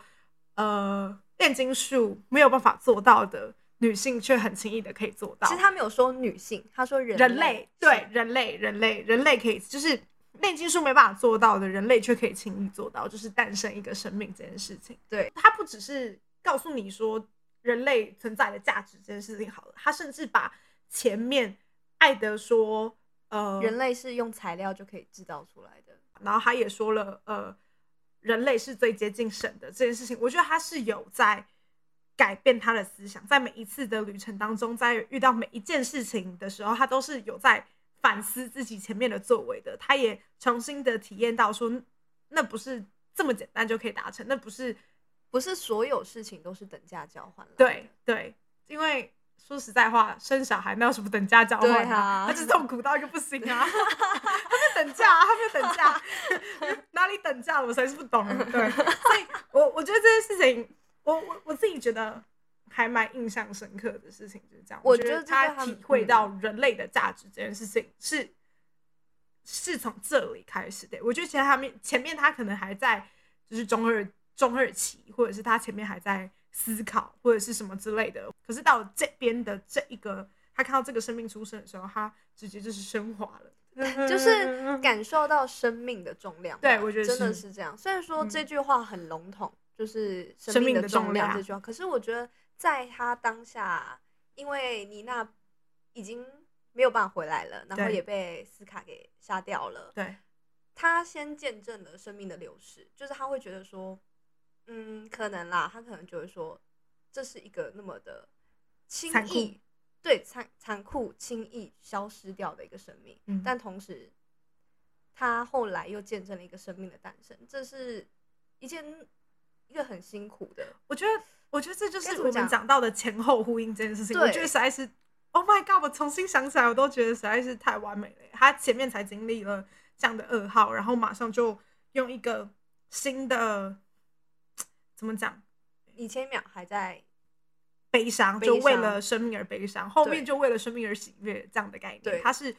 [SPEAKER 2] 呃，炼金术没有办法做到的，女性却很轻易的可以做到。
[SPEAKER 1] 其实他没有说女性，他说人
[SPEAKER 2] 人类对
[SPEAKER 1] 是
[SPEAKER 2] 人类，人类，人类可以就是炼金术没办法做到的，人类却可以轻易做到，就是诞生一个生命这件事情。
[SPEAKER 1] 对，
[SPEAKER 2] 它不只是告诉你说人类存在的价值这件事情好了，它甚至把前面艾德说呃
[SPEAKER 1] 人类是用材料就可以制造出来的，
[SPEAKER 2] 然后他也说了，呃，人类是最接近神的这件事情，我觉得他是有在改变他的思想，在每一次的旅程当中，在遇到每一件事情的时候，他都是有在反思自己前面的作为的，他也重新的体验到说，那不是这么简单就可以达成，那不是
[SPEAKER 1] 不是所有事情都是等价交换来的
[SPEAKER 2] 对对，因为说实在话，生小孩那有什么等价交换、
[SPEAKER 1] 对啊
[SPEAKER 2] 他就是痛苦到一个不行啊！他没有等价、啊，他没有等价， [laughs] 哪里等价？我实在是不懂。对，所以我我觉得这件事情，我我我自己觉得还蛮印象深刻的事情就是这样。
[SPEAKER 1] 我
[SPEAKER 2] 我
[SPEAKER 1] 觉
[SPEAKER 2] 觉
[SPEAKER 1] 得
[SPEAKER 2] 得
[SPEAKER 1] 这嗯对
[SPEAKER 2] 他
[SPEAKER 1] 他们
[SPEAKER 2] 体会到人类的价值这件事情是。是从这里开始的。我觉得其实他们前面他可能还在就是中二中二期，或者是他前面还在思考或者是什么之类的。可是到这边的这一个，他看到这个生命出生的时候，他直接就是升华
[SPEAKER 1] [laughs]
[SPEAKER 2] 了，
[SPEAKER 1] 就是感受到生命的重量吧。
[SPEAKER 2] 嗯对我觉得
[SPEAKER 1] 真的
[SPEAKER 2] 是
[SPEAKER 1] 是这样。虽然说
[SPEAKER 2] 嗯
[SPEAKER 1] 这句话很笼统，就是生
[SPEAKER 2] 生
[SPEAKER 1] 命
[SPEAKER 2] 命
[SPEAKER 1] 的
[SPEAKER 2] 的
[SPEAKER 1] 重
[SPEAKER 2] 重
[SPEAKER 1] 量
[SPEAKER 2] 量
[SPEAKER 1] 这句话，可是我觉得在他当下，因为妮娜已经没有办法回来了，然后
[SPEAKER 2] 对
[SPEAKER 1] 也被斯卡给杀掉了。
[SPEAKER 2] 对
[SPEAKER 1] 他先见证了生命的流逝，就是他会觉得说，嗯，可能啦，他可能就会说，这是一个那么的轻
[SPEAKER 2] 残
[SPEAKER 1] 易
[SPEAKER 2] 酷，
[SPEAKER 1] 对残残酷、轻易消失掉的一个生命，
[SPEAKER 2] 嗯
[SPEAKER 1] 但同时，他后来又见证了一个生命的诞生，这是一件一个很辛苦的，
[SPEAKER 2] 我觉得，我觉得这就
[SPEAKER 1] 该怎
[SPEAKER 2] 是我
[SPEAKER 1] 么
[SPEAKER 2] 们
[SPEAKER 1] 讲
[SPEAKER 2] 讲到的前后呼应这件事情。
[SPEAKER 1] 对
[SPEAKER 2] 我觉得实在是，Oh my God！我重新想起来，我都觉得实在是太完美了耶。他前面才经历了这样的噩耗，然后马上就用一个新的怎么讲
[SPEAKER 1] 你前一秒还在
[SPEAKER 2] 悲伤，
[SPEAKER 1] 悲
[SPEAKER 2] 就为
[SPEAKER 1] 伤
[SPEAKER 2] 了生命而悲伤，后面
[SPEAKER 1] 对
[SPEAKER 2] 就为了生命而喜悦这样的概
[SPEAKER 1] 对
[SPEAKER 2] 念，它是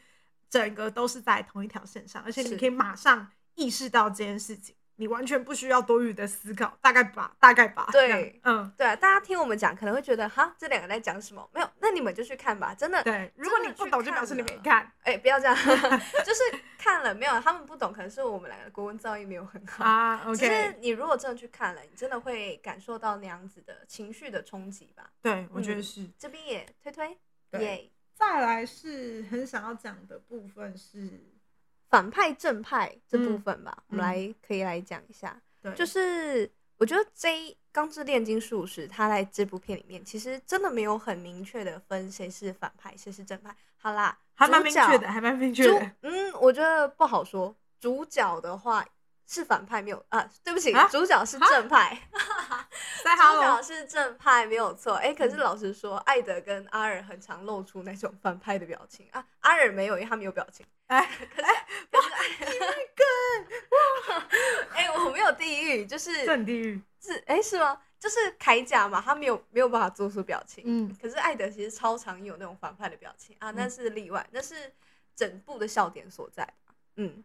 [SPEAKER 2] 整个都是在同一条线上，而且
[SPEAKER 1] 是
[SPEAKER 2] 你可以马上意识到这件事情，你完全不需要多余的思考，大概吧，大概吧，
[SPEAKER 1] 对
[SPEAKER 2] 这样，嗯。
[SPEAKER 1] 对啊，大家听我们讲可能会觉得哈，这两个在讲什么？没有，那你们就去看吧，真的。
[SPEAKER 2] 对，如果
[SPEAKER 1] 真
[SPEAKER 2] 你
[SPEAKER 1] 的
[SPEAKER 2] 不
[SPEAKER 1] 去
[SPEAKER 2] 懂，就表
[SPEAKER 1] 看
[SPEAKER 2] 示你没
[SPEAKER 1] 了
[SPEAKER 2] 看
[SPEAKER 1] 哎、不要这样， [laughs] 就是看了没有？他们不懂，可能是我们两个国文造诣没有很好。
[SPEAKER 2] 啊。
[SPEAKER 1] 其实
[SPEAKER 2] OK，
[SPEAKER 1] 你如果真的去看了，你真的会感受到那样子的情绪的冲击吧。
[SPEAKER 2] 对，我觉得
[SPEAKER 1] 嗯
[SPEAKER 2] 是。
[SPEAKER 1] 这边也推推，
[SPEAKER 2] 对
[SPEAKER 1] 耶！
[SPEAKER 2] 再来是很想要讲的部分是，
[SPEAKER 1] 反派正派这部分吧，我们
[SPEAKER 2] 嗯
[SPEAKER 1] 来可以来讲一下。
[SPEAKER 2] 对，
[SPEAKER 1] 就是我觉得这一《钢之炼金术士》他在这部片里面，其实真的没有很明确的分谁是反派，谁是正派。好啦，
[SPEAKER 2] 还
[SPEAKER 1] 主
[SPEAKER 2] 蛮明确
[SPEAKER 1] 角
[SPEAKER 2] 的，还蛮明确
[SPEAKER 1] 主
[SPEAKER 2] 的。
[SPEAKER 1] 嗯，我觉得不好说。主角的话是反派没有啊，对不起，
[SPEAKER 2] 啊哦
[SPEAKER 1] 主角是正派，
[SPEAKER 2] 在哈
[SPEAKER 1] 主
[SPEAKER 2] 喽
[SPEAKER 1] 角是正派没有错，哎、可是
[SPEAKER 2] 嗯
[SPEAKER 1] 老实说，艾德跟阿尔很常露出那种反派的表情啊，阿尔没有，因为他没有表情。
[SPEAKER 2] 哎
[SPEAKER 1] 可是，可是 [laughs] 哎、我没有地狱，就是
[SPEAKER 2] 这很地狱，
[SPEAKER 1] 是哎、是吗？就是铠甲嘛，他没有没有办法做出表情。
[SPEAKER 2] 嗯，
[SPEAKER 1] 可是艾德其实超常有那种反派的表情啊，那是例外，那是整部的笑点所在。嗯，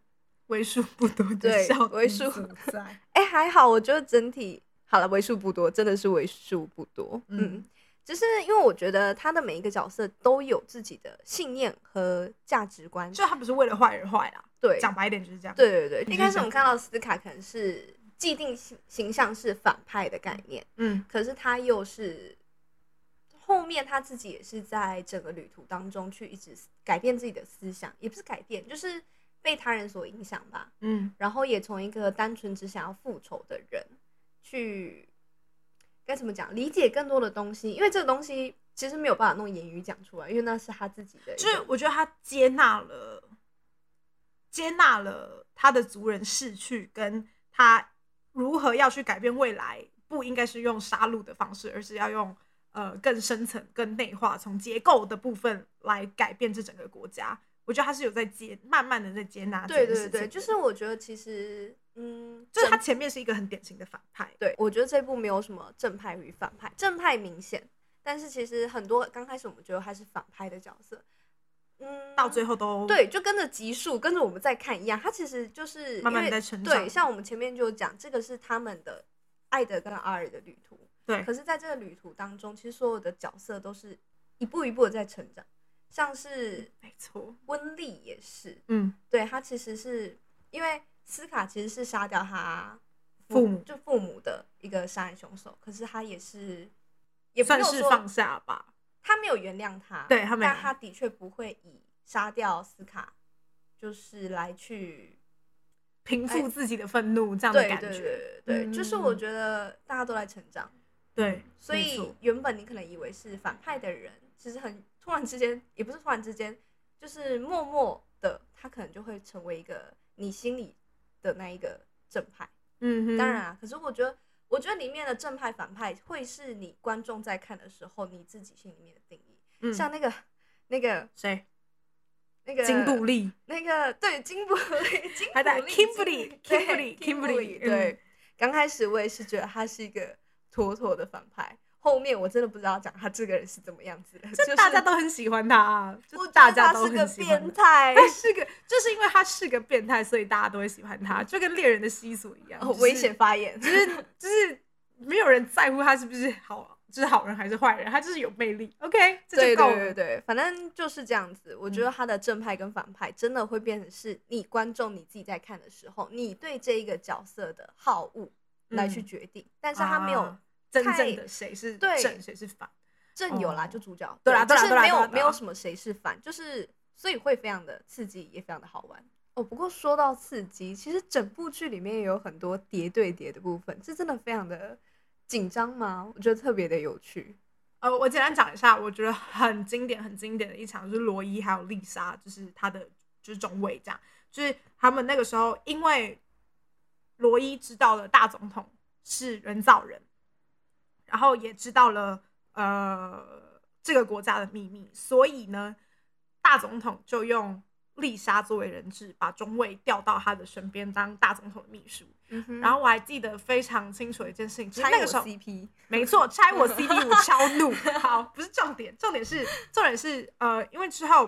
[SPEAKER 2] 为数不多的
[SPEAKER 1] 对
[SPEAKER 2] 笑
[SPEAKER 1] 为
[SPEAKER 2] 点
[SPEAKER 1] 数
[SPEAKER 2] 所在，
[SPEAKER 1] 哎、还好，我觉得整体好了，为数不多，真的是为数不多。
[SPEAKER 2] 嗯
[SPEAKER 1] 嗯，就是因为我觉得他的每一个角色都有自己的信念和价值观。
[SPEAKER 2] 就他不是为了坏而坏啦，
[SPEAKER 1] 对，
[SPEAKER 2] 讲白一点就是这样。
[SPEAKER 1] 对对对，
[SPEAKER 2] 你
[SPEAKER 1] 一
[SPEAKER 2] 就
[SPEAKER 1] 开始
[SPEAKER 2] 讲
[SPEAKER 1] 我们看到斯卡可能是既定形形象是反派的概念，
[SPEAKER 2] 嗯，
[SPEAKER 1] 可是他又是后面他自己也是在整个旅途当中去一直改变自己的思想，也不是改变，就是被他人所影响吧。
[SPEAKER 2] 嗯
[SPEAKER 1] 然后也从一个单纯只想要复仇的人去该怎么讲，理解更多的东西，因为这个东西其实没有办法用言语讲出来，因为那是他自己的一个。
[SPEAKER 2] 就是我觉得他接纳了，接纳了他的族人逝去，跟他如何要去改变未来，不应该是用杀戮的方式，而是要用呃更深层、更内化，从结构的部分来改变这整个国家。我觉得他是有在接，慢慢的在接纳这
[SPEAKER 1] 对
[SPEAKER 2] 件
[SPEAKER 1] 对
[SPEAKER 2] 事情
[SPEAKER 1] 对，
[SPEAKER 2] 的。
[SPEAKER 1] 就是我觉得其实嗯，
[SPEAKER 2] 就是他前面是一个很典型的反派，
[SPEAKER 1] 对，我觉得这部没有什么正派与反派，正派明显，但是其实很多刚开始我们觉得他是反派的角色，嗯，
[SPEAKER 2] 到最后都
[SPEAKER 1] 对，就跟着集数跟着我们再看一样，他其实就是
[SPEAKER 2] 慢慢
[SPEAKER 1] 因为
[SPEAKER 2] 在成长
[SPEAKER 1] 对，像我们前面就讲，这个是他们的艾德跟阿尔的旅途，
[SPEAKER 2] 对
[SPEAKER 1] 可是在这个旅途当中，其实所有的角色都是一步一步的在成长，像是
[SPEAKER 2] 没错，
[SPEAKER 1] 温丽也是，
[SPEAKER 2] 嗯，
[SPEAKER 1] 对他其实是因为斯卡其实是杀掉他
[SPEAKER 2] 父母
[SPEAKER 1] 就父母的一个杀人凶手，可是他也是也没
[SPEAKER 2] 算
[SPEAKER 1] 有
[SPEAKER 2] 是
[SPEAKER 1] 说
[SPEAKER 2] 放下吧。
[SPEAKER 1] 他没有原谅他，
[SPEAKER 2] 对他没有
[SPEAKER 1] 但他的确不会以杀掉斯卡就是来去
[SPEAKER 2] 平复自己的愤怒这样的
[SPEAKER 1] 哎对
[SPEAKER 2] 感
[SPEAKER 1] 对
[SPEAKER 2] 觉。嗯
[SPEAKER 1] 对对对，就是我觉得大家都在成长，
[SPEAKER 2] 对，
[SPEAKER 1] 所
[SPEAKER 2] 没
[SPEAKER 1] 以
[SPEAKER 2] 错
[SPEAKER 1] 原本你可能以为是反派的人，其实很突然之间，也不是突然之间，就是默默的，他可能就会成为一个你心里的那一个正派。
[SPEAKER 2] 嗯哼，
[SPEAKER 1] 当然啊，可是我觉得，我觉得里面的正派反派会是你观众在看的时候，你自己心里面的定义。
[SPEAKER 2] 嗯，
[SPEAKER 1] 像那个、那个、
[SPEAKER 2] 谁，
[SPEAKER 1] 那个
[SPEAKER 2] 金布利，
[SPEAKER 1] 那个对金布利，金
[SPEAKER 2] 还在
[SPEAKER 1] 布利
[SPEAKER 2] Kimberly，
[SPEAKER 1] 对
[SPEAKER 2] Kimberly，Kimberly，嗯
[SPEAKER 1] 对，刚开始我也是觉得他是一个妥妥的反派，后面我真的不知道讲他这个人是怎么样子的， [laughs] 就
[SPEAKER 2] 这
[SPEAKER 1] 是
[SPEAKER 2] 大家都很喜欢他啊，
[SPEAKER 1] 我
[SPEAKER 2] 就
[SPEAKER 1] 觉
[SPEAKER 2] 大
[SPEAKER 1] 得
[SPEAKER 2] 家
[SPEAKER 1] 他
[SPEAKER 2] 都
[SPEAKER 1] 是个
[SPEAKER 2] 很喜欢
[SPEAKER 1] 变。态，
[SPEAKER 2] [laughs] 他是个，就是因为他是个变态，所以大家都会喜欢他，就跟猎人的习俗一样。
[SPEAKER 1] 哦
[SPEAKER 2] 就是
[SPEAKER 1] 危险，发言，
[SPEAKER 2] [laughs] 就是就是没有人在乎他是不是好，就是好人还是坏人，他就是有魅力。OK，这
[SPEAKER 1] 对
[SPEAKER 2] 就够
[SPEAKER 1] 对对
[SPEAKER 2] 了。
[SPEAKER 1] 对，反正就是这样子。我觉得他的正派跟反派真的会变成是你观众你自己在看的时候，你对这一个角色的好恶来去
[SPEAKER 2] 嗯
[SPEAKER 1] 决定，但是他没有、
[SPEAKER 2] 啊真正
[SPEAKER 1] 太
[SPEAKER 2] 的谁是
[SPEAKER 1] 对
[SPEAKER 2] 正，谁是反。
[SPEAKER 1] 正有啦，
[SPEAKER 2] 哦
[SPEAKER 1] 就主角
[SPEAKER 2] 对啦对
[SPEAKER 1] 就
[SPEAKER 2] 啦
[SPEAKER 1] 是
[SPEAKER 2] 对啦
[SPEAKER 1] 没
[SPEAKER 2] 对啦
[SPEAKER 1] 有
[SPEAKER 2] 对啦
[SPEAKER 1] 没有什么谁是反，就是所以会非常的刺激，也非常的好玩。哦，不过说到刺激，其实整部剧里面也有很多叠对叠的部分，这真的非常的紧张吗？我觉得特别的有趣。
[SPEAKER 2] 呃，我简单讲一下，我觉得很经典、很经典的一场就是罗伊还有丽莎，就是他的就是中尉这样，就是他们那个时候，因为罗伊知道了大总统是人造人，然后也知道了呃这个国家的秘密，所以呢，大总统就用丽莎作为人质，把中尉调到他的身边当大总统的秘书。
[SPEAKER 1] 嗯哼
[SPEAKER 2] 然后我还记得非常清楚的一件事情，就是
[SPEAKER 1] 拆
[SPEAKER 2] 那
[SPEAKER 1] 我
[SPEAKER 2] 个时候
[SPEAKER 1] CP，
[SPEAKER 2] 没
[SPEAKER 1] [laughs]
[SPEAKER 2] 错，拆我 CP 我超怒。好，不是重点，重点是重点是呃，因为之后，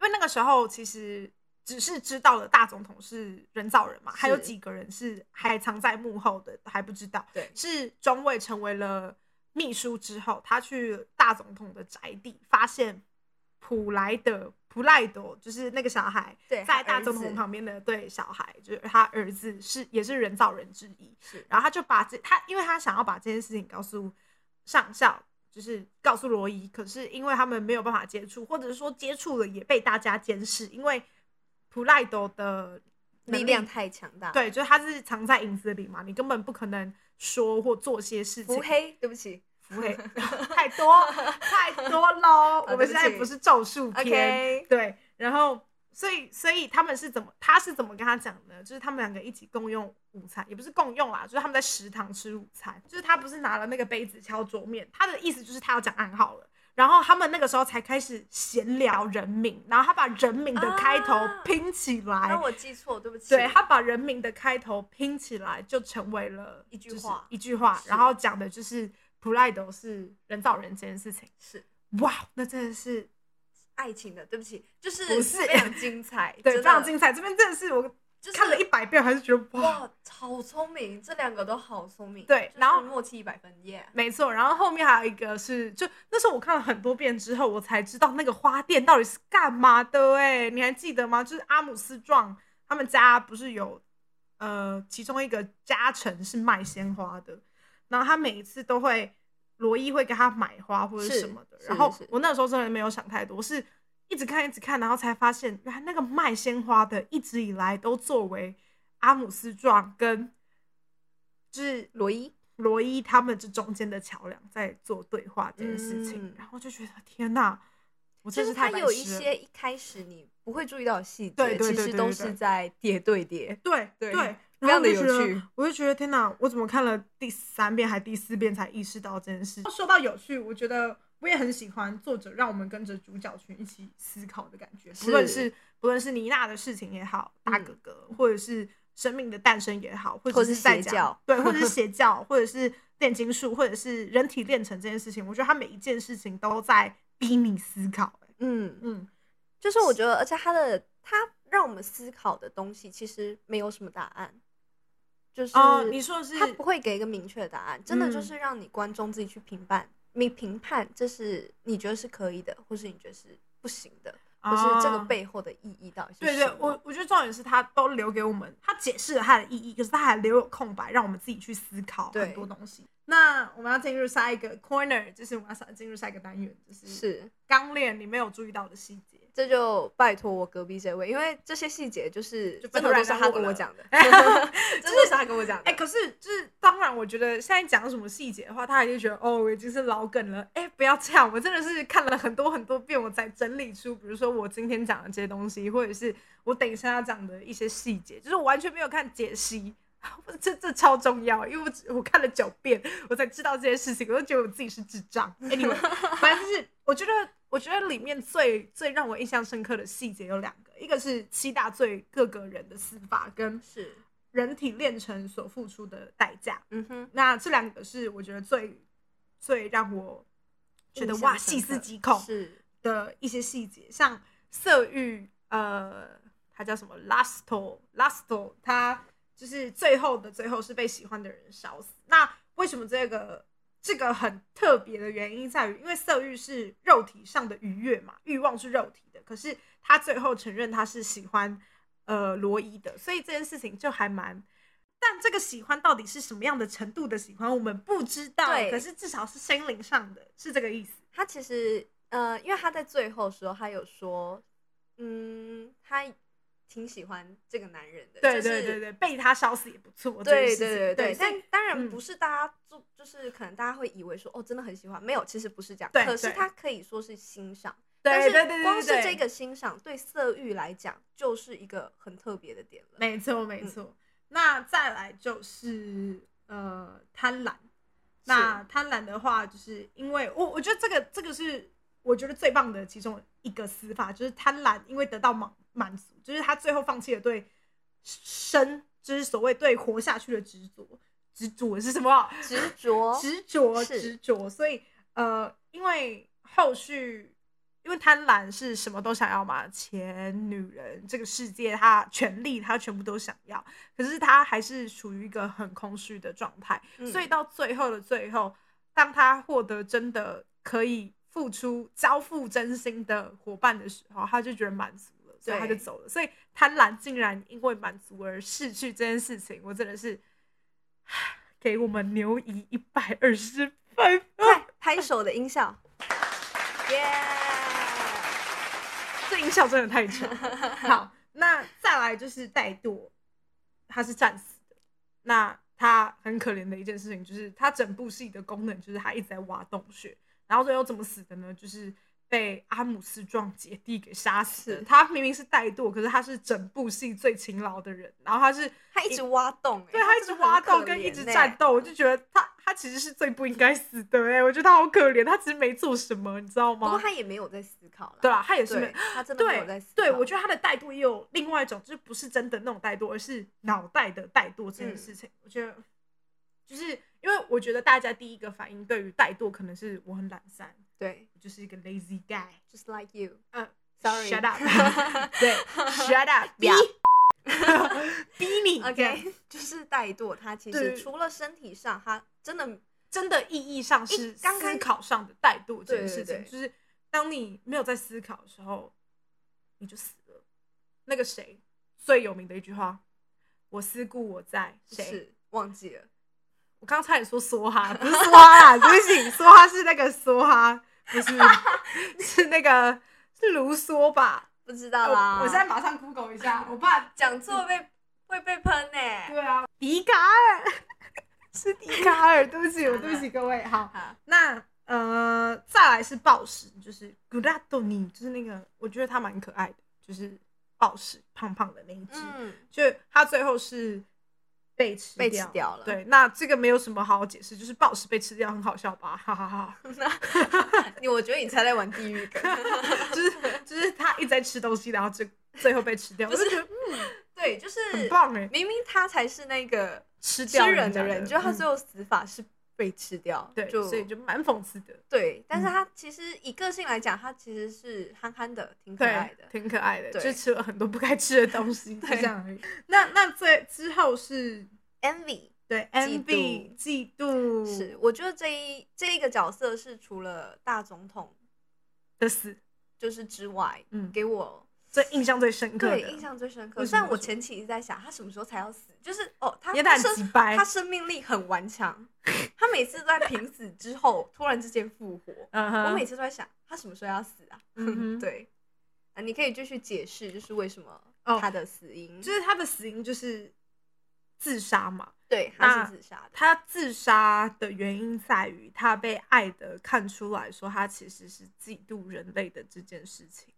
[SPEAKER 2] 因为那个时候其实只是知道了大总统是人造人嘛，还有
[SPEAKER 1] 是
[SPEAKER 2] 几个人是还藏在幕后的，还不知道。
[SPEAKER 1] 对，
[SPEAKER 2] 是中尉成为了秘书之后，他去大总统的宅邸，发现普莱德普莱德就是那个小孩，
[SPEAKER 1] 对他
[SPEAKER 2] 在大总
[SPEAKER 1] 儿
[SPEAKER 2] 统
[SPEAKER 1] 子
[SPEAKER 2] 旁边的对小孩，就是他儿子是也是人造人之一。
[SPEAKER 1] 是
[SPEAKER 2] 然后他就把这他，因为他想要把这件事情告诉上校，就是告诉罗伊，可是因为他们没有办法接触，或者是说接触了也被大家监视，因为普赖斗的能
[SPEAKER 1] 力
[SPEAKER 2] 力
[SPEAKER 1] 量太强大，，
[SPEAKER 2] 对，就是他是藏在影子里嘛，你根本不可能说或做些事情
[SPEAKER 1] 腹。黑，对不起
[SPEAKER 2] 不
[SPEAKER 1] [laughs]
[SPEAKER 2] 会太多太多喽，
[SPEAKER 1] 好
[SPEAKER 2] 我们
[SPEAKER 1] 啊对不
[SPEAKER 2] 现在
[SPEAKER 1] 起
[SPEAKER 2] 不是咒术片。
[SPEAKER 1] ，OK，
[SPEAKER 2] 对，然后所以，所以他们是怎么，他是怎么跟他讲的呢？就是他们两个一起共用午餐，也不是共用啦，就是他们在食堂吃午餐。就是他不是拿了那个杯子敲桌面，他的意思就是他要讲暗号了。然后他们那个时候才开始闲聊人名，然后他把人名的开头
[SPEAKER 1] 啊
[SPEAKER 2] 拼起来，
[SPEAKER 1] 那我记错，对不起。
[SPEAKER 2] 对他把人名的开头拼起来，就成为了
[SPEAKER 1] 一句
[SPEAKER 2] 就是
[SPEAKER 1] 话
[SPEAKER 2] 一句话，
[SPEAKER 1] 是
[SPEAKER 2] 然后讲的就是普赖斗是人造人这件事情。
[SPEAKER 1] 是
[SPEAKER 2] 哇，那真的是
[SPEAKER 1] 爱情的，对不起，就是
[SPEAKER 2] 不是
[SPEAKER 1] 非常精 [laughs] 彩，
[SPEAKER 2] 对，
[SPEAKER 1] 真的
[SPEAKER 2] 非常精彩。这边真的是我
[SPEAKER 1] 就是
[SPEAKER 2] 看了一百遍，还是觉得哇，
[SPEAKER 1] 哇，好聪明，这两个都好聪明。
[SPEAKER 2] 对
[SPEAKER 1] 就是
[SPEAKER 2] 然后
[SPEAKER 1] 默契一百分耶。
[SPEAKER 2] 没错。然后后面还有一个是，就那时候我看了很多遍之后，我才知道那个花店到底是干嘛的、哎，你还记得吗？就是阿姆斯壮他们家不是有呃，其中一个家臣是卖鲜花的，然后他每一次都会罗伊会给他买花或者
[SPEAKER 1] 是
[SPEAKER 2] 什么的。
[SPEAKER 1] 是
[SPEAKER 2] 然后
[SPEAKER 1] 是
[SPEAKER 2] 我那时候真的没有想太多，我是一直看一直看，然后才发现原来那个卖鲜花的一直以来都作为阿姆斯壮跟就是
[SPEAKER 1] 罗伊，
[SPEAKER 2] 罗伊他们这中间的桥梁在做对话这件事情，
[SPEAKER 1] 嗯
[SPEAKER 2] 然后就觉得天哪，我
[SPEAKER 1] 就
[SPEAKER 2] 真
[SPEAKER 1] 是
[SPEAKER 2] 是太
[SPEAKER 1] 他
[SPEAKER 2] 白
[SPEAKER 1] 有一
[SPEAKER 2] 痴了
[SPEAKER 1] 些一开始你不会注意到的细节，
[SPEAKER 2] 对对
[SPEAKER 1] 其
[SPEAKER 2] 对
[SPEAKER 1] 实
[SPEAKER 2] 对
[SPEAKER 1] 都
[SPEAKER 2] 对
[SPEAKER 1] 是
[SPEAKER 2] 对
[SPEAKER 1] 在叠对叠。
[SPEAKER 2] 对
[SPEAKER 1] 对
[SPEAKER 2] 对，
[SPEAKER 1] 非常
[SPEAKER 2] 然后
[SPEAKER 1] 的
[SPEAKER 2] 我就
[SPEAKER 1] 有
[SPEAKER 2] 觉得
[SPEAKER 1] 趣，
[SPEAKER 2] 我就觉得天哪，我怎么看了第三遍还第四遍才意识到这件事？哦说到有趣，我觉得我也很喜欢作者让我们跟着主角群一起思考的感觉，不论
[SPEAKER 1] 是
[SPEAKER 2] 是不论是妮娜的事情也好，大
[SPEAKER 1] 嗯
[SPEAKER 2] 哥哥，或者是生命的诞生也好，或
[SPEAKER 1] 或
[SPEAKER 2] 者
[SPEAKER 1] 是
[SPEAKER 2] 是在
[SPEAKER 1] 邪
[SPEAKER 2] 讲
[SPEAKER 1] 教
[SPEAKER 2] 对，或者 [laughs] 是邪教，或者是炼金术，或者是人体炼成这件事情，我觉得他每一件事情都在逼你思考、欸
[SPEAKER 1] 嗯，
[SPEAKER 2] 嗯，
[SPEAKER 1] 就是我觉得，而且他的他让我们思考的东西其实没有什么答案，就是
[SPEAKER 2] 哦、你说的是
[SPEAKER 1] 他不会给一个明确的答案，真的就
[SPEAKER 2] 嗯
[SPEAKER 1] 是让你观众自己去评判，你评判这是你觉得是可以的，或是你觉得是不行的，或是这个
[SPEAKER 2] 哦
[SPEAKER 1] 背后的意义到底是
[SPEAKER 2] 对
[SPEAKER 1] 什
[SPEAKER 2] 对
[SPEAKER 1] 么，
[SPEAKER 2] 我我觉得重点是他都留给我们，他解释了他的意义，可是他还留有空白，让我们自己去思考
[SPEAKER 1] 对
[SPEAKER 2] 很多东西。那我们要进入下一个 corner，就是我们要进入下一个单元，就是
[SPEAKER 1] 是
[SPEAKER 2] 刚练你没有注意到的细节。 [laughs]
[SPEAKER 1] 这就拜托我隔壁这位，因为这些细节就是
[SPEAKER 2] 就
[SPEAKER 1] 真的
[SPEAKER 2] 拜托
[SPEAKER 1] 都是
[SPEAKER 2] 染
[SPEAKER 1] 他
[SPEAKER 2] 上我
[SPEAKER 1] 跟我
[SPEAKER 2] 了 [laughs]
[SPEAKER 1] 讲的，真的是他跟我讲
[SPEAKER 2] 哎、
[SPEAKER 1] 的。
[SPEAKER 2] 可是就是当然，我觉得现在讲什么细节的话，他还是觉得哦，我已经是老梗了。哎、不要这样，我真的是看了很多很多遍，我才整理出，比如说我今天讲的这些东西，或者是我等一下要讲的一些细节，就是我完全没有看解析。我这这超重要，因为我只我看了九遍，我才知道这些事情，我就觉得我自己是智障。Anyway，
[SPEAKER 1] [laughs]
[SPEAKER 2] 反正就是我觉得，我觉得里面最最让我印象深刻的细节有两个，一个是七大罪各个人的死法跟
[SPEAKER 1] 是，
[SPEAKER 2] 人体炼成所付出的代价。
[SPEAKER 1] 嗯哼，
[SPEAKER 2] 那这两个是我觉得最最让我 [laughs] 觉得
[SPEAKER 1] 印象
[SPEAKER 2] 哇
[SPEAKER 1] 深
[SPEAKER 2] 细思
[SPEAKER 1] 刻
[SPEAKER 2] 极恐
[SPEAKER 1] 是
[SPEAKER 2] 的一些细节，像色欲，呃，他叫什么 Lasto，Lasto，他就是最后的最后是被喜欢的人烧死。那为什么这个这个很特别的原因在于，因为色欲是肉体上的愉悦嘛，欲望是肉体的，可是他最后承认他是喜欢呃罗伊的，所以这件事情就还蛮。但这个喜欢到底是什么样的程度的喜欢，我们不知道。
[SPEAKER 1] 对
[SPEAKER 2] 可是至少是心灵上的，是这个意思。
[SPEAKER 1] 他其实呃，因为他在最后的时候，他有说，嗯，他挺喜欢这个男人的，
[SPEAKER 2] 对
[SPEAKER 1] 就
[SPEAKER 2] 对
[SPEAKER 1] 是
[SPEAKER 2] 对对，被他烧死也不错。这件
[SPEAKER 1] 对
[SPEAKER 2] 事情
[SPEAKER 1] 对对对，
[SPEAKER 2] 对所以
[SPEAKER 1] 但当然
[SPEAKER 2] 嗯
[SPEAKER 1] 不是大家做，就是可能大家会以为说哦，真的很喜欢，没有，其实不是这样。
[SPEAKER 2] 对
[SPEAKER 1] 可是
[SPEAKER 2] 对
[SPEAKER 1] 他可以说是欣赏，但
[SPEAKER 2] 对对对
[SPEAKER 1] 是
[SPEAKER 2] 对
[SPEAKER 1] 光是
[SPEAKER 2] 对
[SPEAKER 1] 这个欣赏对色欲来讲，就是一个很特别的点了。
[SPEAKER 2] 没错
[SPEAKER 1] 嗯
[SPEAKER 2] 没错。那再来就是呃贪婪，那贪婪的话，就是因为我我觉得这个这个是我觉得最棒的其中一个死法，就是贪婪，因为得到满满足，就是他最后放弃了对生，就是所谓对活下去的执着。执着是什么？啊
[SPEAKER 1] 执着，
[SPEAKER 2] 执着，
[SPEAKER 1] 是
[SPEAKER 2] 执着。所以呃，因为后续，因为贪婪是什么都想要嘛，钱、女人、这个世界，他权利，他全部都想要。可是他还是处于一个很空虚的状态，
[SPEAKER 1] 嗯
[SPEAKER 2] 所以到最后的最后，当他获得真的可以付出、交付真心的伙伴的时候，他就觉得满足了，所以他
[SPEAKER 1] 对
[SPEAKER 2] 就走了。所以贪婪竟然因为满足而逝去这件事情，我真的是给我们牛姨一百二十分。
[SPEAKER 1] 快拍手的音
[SPEAKER 2] [laughs]
[SPEAKER 1] 效，耶！
[SPEAKER 2] 这音效真的太长了。好，那再来就是怠惰，他是战死的。那他很可怜的一件事情就是，他整部戏的功能就是他一直在挖洞穴，然后最后怎么死的呢？就是被阿姆斯壮姐弟给杀死的。
[SPEAKER 1] 是
[SPEAKER 2] 他明明是怠惰，可是他是整部戏最勤劳的人。然后他是
[SPEAKER 1] 他一直挖洞、欸，
[SPEAKER 2] 对他一
[SPEAKER 1] 哎
[SPEAKER 2] 直
[SPEAKER 1] 真的
[SPEAKER 2] 挖
[SPEAKER 1] 很可
[SPEAKER 2] 洞跟一
[SPEAKER 1] 怜
[SPEAKER 2] 直
[SPEAKER 1] 欸
[SPEAKER 2] 战斗，我就觉得他他其实是最不应该死的哎、我觉得他好可怜，他其实没做什么，你知道
[SPEAKER 1] 不过
[SPEAKER 2] 吗？
[SPEAKER 1] 他也没有在思考了，
[SPEAKER 2] 对啊啦，他也是
[SPEAKER 1] 对，
[SPEAKER 2] 没
[SPEAKER 1] 他真的没有在
[SPEAKER 2] 对
[SPEAKER 1] 思考。
[SPEAKER 2] 对，我觉得他的怠惰也有另外一种，就是不是真的那种怠惰，而是脑袋的怠惰这件
[SPEAKER 1] 嗯
[SPEAKER 2] 事情。我觉得就是因为我觉得大家第一个反应对于怠惰可能是我很懒散，
[SPEAKER 1] 对
[SPEAKER 2] 我就是一个 lazy guy。
[SPEAKER 1] ，just like you，
[SPEAKER 2] 嗯
[SPEAKER 1] ，sorry，[laughs]
[SPEAKER 2] Shut up 对，shut up，逼
[SPEAKER 1] Yeah
[SPEAKER 2] 逼你这样
[SPEAKER 1] [laughs] OK，就是怠惰，他其
[SPEAKER 2] 对
[SPEAKER 1] 实除了身体上，他真的
[SPEAKER 2] 真的意义上是
[SPEAKER 1] 一刚开
[SPEAKER 2] 思考上的怠惰这
[SPEAKER 1] 对对
[SPEAKER 2] 件事情，
[SPEAKER 1] 对
[SPEAKER 2] 就是当你没有在思考的时候，你就死了。那个谁最有名的一句话：“我思故我在谁
[SPEAKER 1] 是忘记了。？”
[SPEAKER 2] 我刚刚差点说梭
[SPEAKER 1] [laughs]
[SPEAKER 2] 哈，不是梭哈啦，对不起，梭哈是那个梭哈，不是
[SPEAKER 1] [laughs]
[SPEAKER 2] 是那个是卢梭吧？
[SPEAKER 1] 不知道啦，
[SPEAKER 2] 哦我现在马上 Google 一下，我爸
[SPEAKER 1] 讲错被会被喷呢、
[SPEAKER 2] 对啊，笛卡尔 [laughs] 是笛卡尔，对不起，我对不起各位，好。
[SPEAKER 1] 好，
[SPEAKER 2] 那呃，再来是暴食，就是 g u d a d o n i 就是那个，我觉得他蛮可爱的，就是暴食胖胖的那一只，
[SPEAKER 1] 嗯，
[SPEAKER 2] 就他最后是被吃
[SPEAKER 1] 被吃掉了
[SPEAKER 2] 对，那这个没有什么好好解释，就是暴食被吃掉，很好笑吧，哈哈哈
[SPEAKER 1] [laughs]
[SPEAKER 2] [laughs]
[SPEAKER 1] 你我觉得你才在玩地狱梗，
[SPEAKER 2] 就是就是他一直在吃东西，然后就最后被吃掉，我
[SPEAKER 1] 不是
[SPEAKER 2] 就觉得嗯
[SPEAKER 1] [laughs] 对，就是
[SPEAKER 2] 很棒哎，
[SPEAKER 1] 明明他才是那个
[SPEAKER 2] 吃
[SPEAKER 1] 吃
[SPEAKER 2] 掉
[SPEAKER 1] 人
[SPEAKER 2] 家
[SPEAKER 1] 的人，就他
[SPEAKER 2] 嗯
[SPEAKER 1] 最后死法是被吃掉，
[SPEAKER 2] 对，
[SPEAKER 1] 就
[SPEAKER 2] 所以就蛮讽刺的，
[SPEAKER 1] 对，但是
[SPEAKER 2] 嗯
[SPEAKER 1] 他其实以个性来讲，他其实是憨憨的，挺可爱
[SPEAKER 2] 对
[SPEAKER 1] 的，。
[SPEAKER 2] 挺可爱的，
[SPEAKER 1] 对
[SPEAKER 2] 就吃了很多不该吃的东西，就
[SPEAKER 1] 对
[SPEAKER 2] 这样而已。那那最之后是
[SPEAKER 1] Envy
[SPEAKER 2] 对
[SPEAKER 1] 嫉
[SPEAKER 2] envy 嫉妒
[SPEAKER 1] 是，我觉得这一这一个角色是除了大总统
[SPEAKER 2] 的死，
[SPEAKER 1] 就是之外，
[SPEAKER 2] 嗯
[SPEAKER 1] 给我
[SPEAKER 2] 最印象最深刻的，
[SPEAKER 1] 对印象最深刻。
[SPEAKER 2] 为什
[SPEAKER 1] 虽然
[SPEAKER 2] 么
[SPEAKER 1] 我
[SPEAKER 2] 为什么
[SPEAKER 1] 前期一直在想他什么时候才要死，就是哦，他
[SPEAKER 2] 也
[SPEAKER 1] 他
[SPEAKER 2] 很
[SPEAKER 1] 生
[SPEAKER 2] 鸡掰
[SPEAKER 1] 他。生命力很顽强，
[SPEAKER 2] [laughs]
[SPEAKER 1] 他每次都在濒死之后突然之间复活。
[SPEAKER 2] [laughs] 嗯
[SPEAKER 1] 我
[SPEAKER 2] 哼
[SPEAKER 1] 每次都在想他什么时候要死啊？
[SPEAKER 2] 嗯
[SPEAKER 1] [laughs]
[SPEAKER 2] 哼
[SPEAKER 1] 对啊，你可以继续解释，就是为什么
[SPEAKER 2] 哦
[SPEAKER 1] 他的死因，
[SPEAKER 2] 就是他的死因就是自杀嘛，
[SPEAKER 1] 对他
[SPEAKER 2] 那
[SPEAKER 1] 是自杀的。
[SPEAKER 2] 他自杀的原因在于他被爱的看出来说他其实是嫉妒人类的这件事情。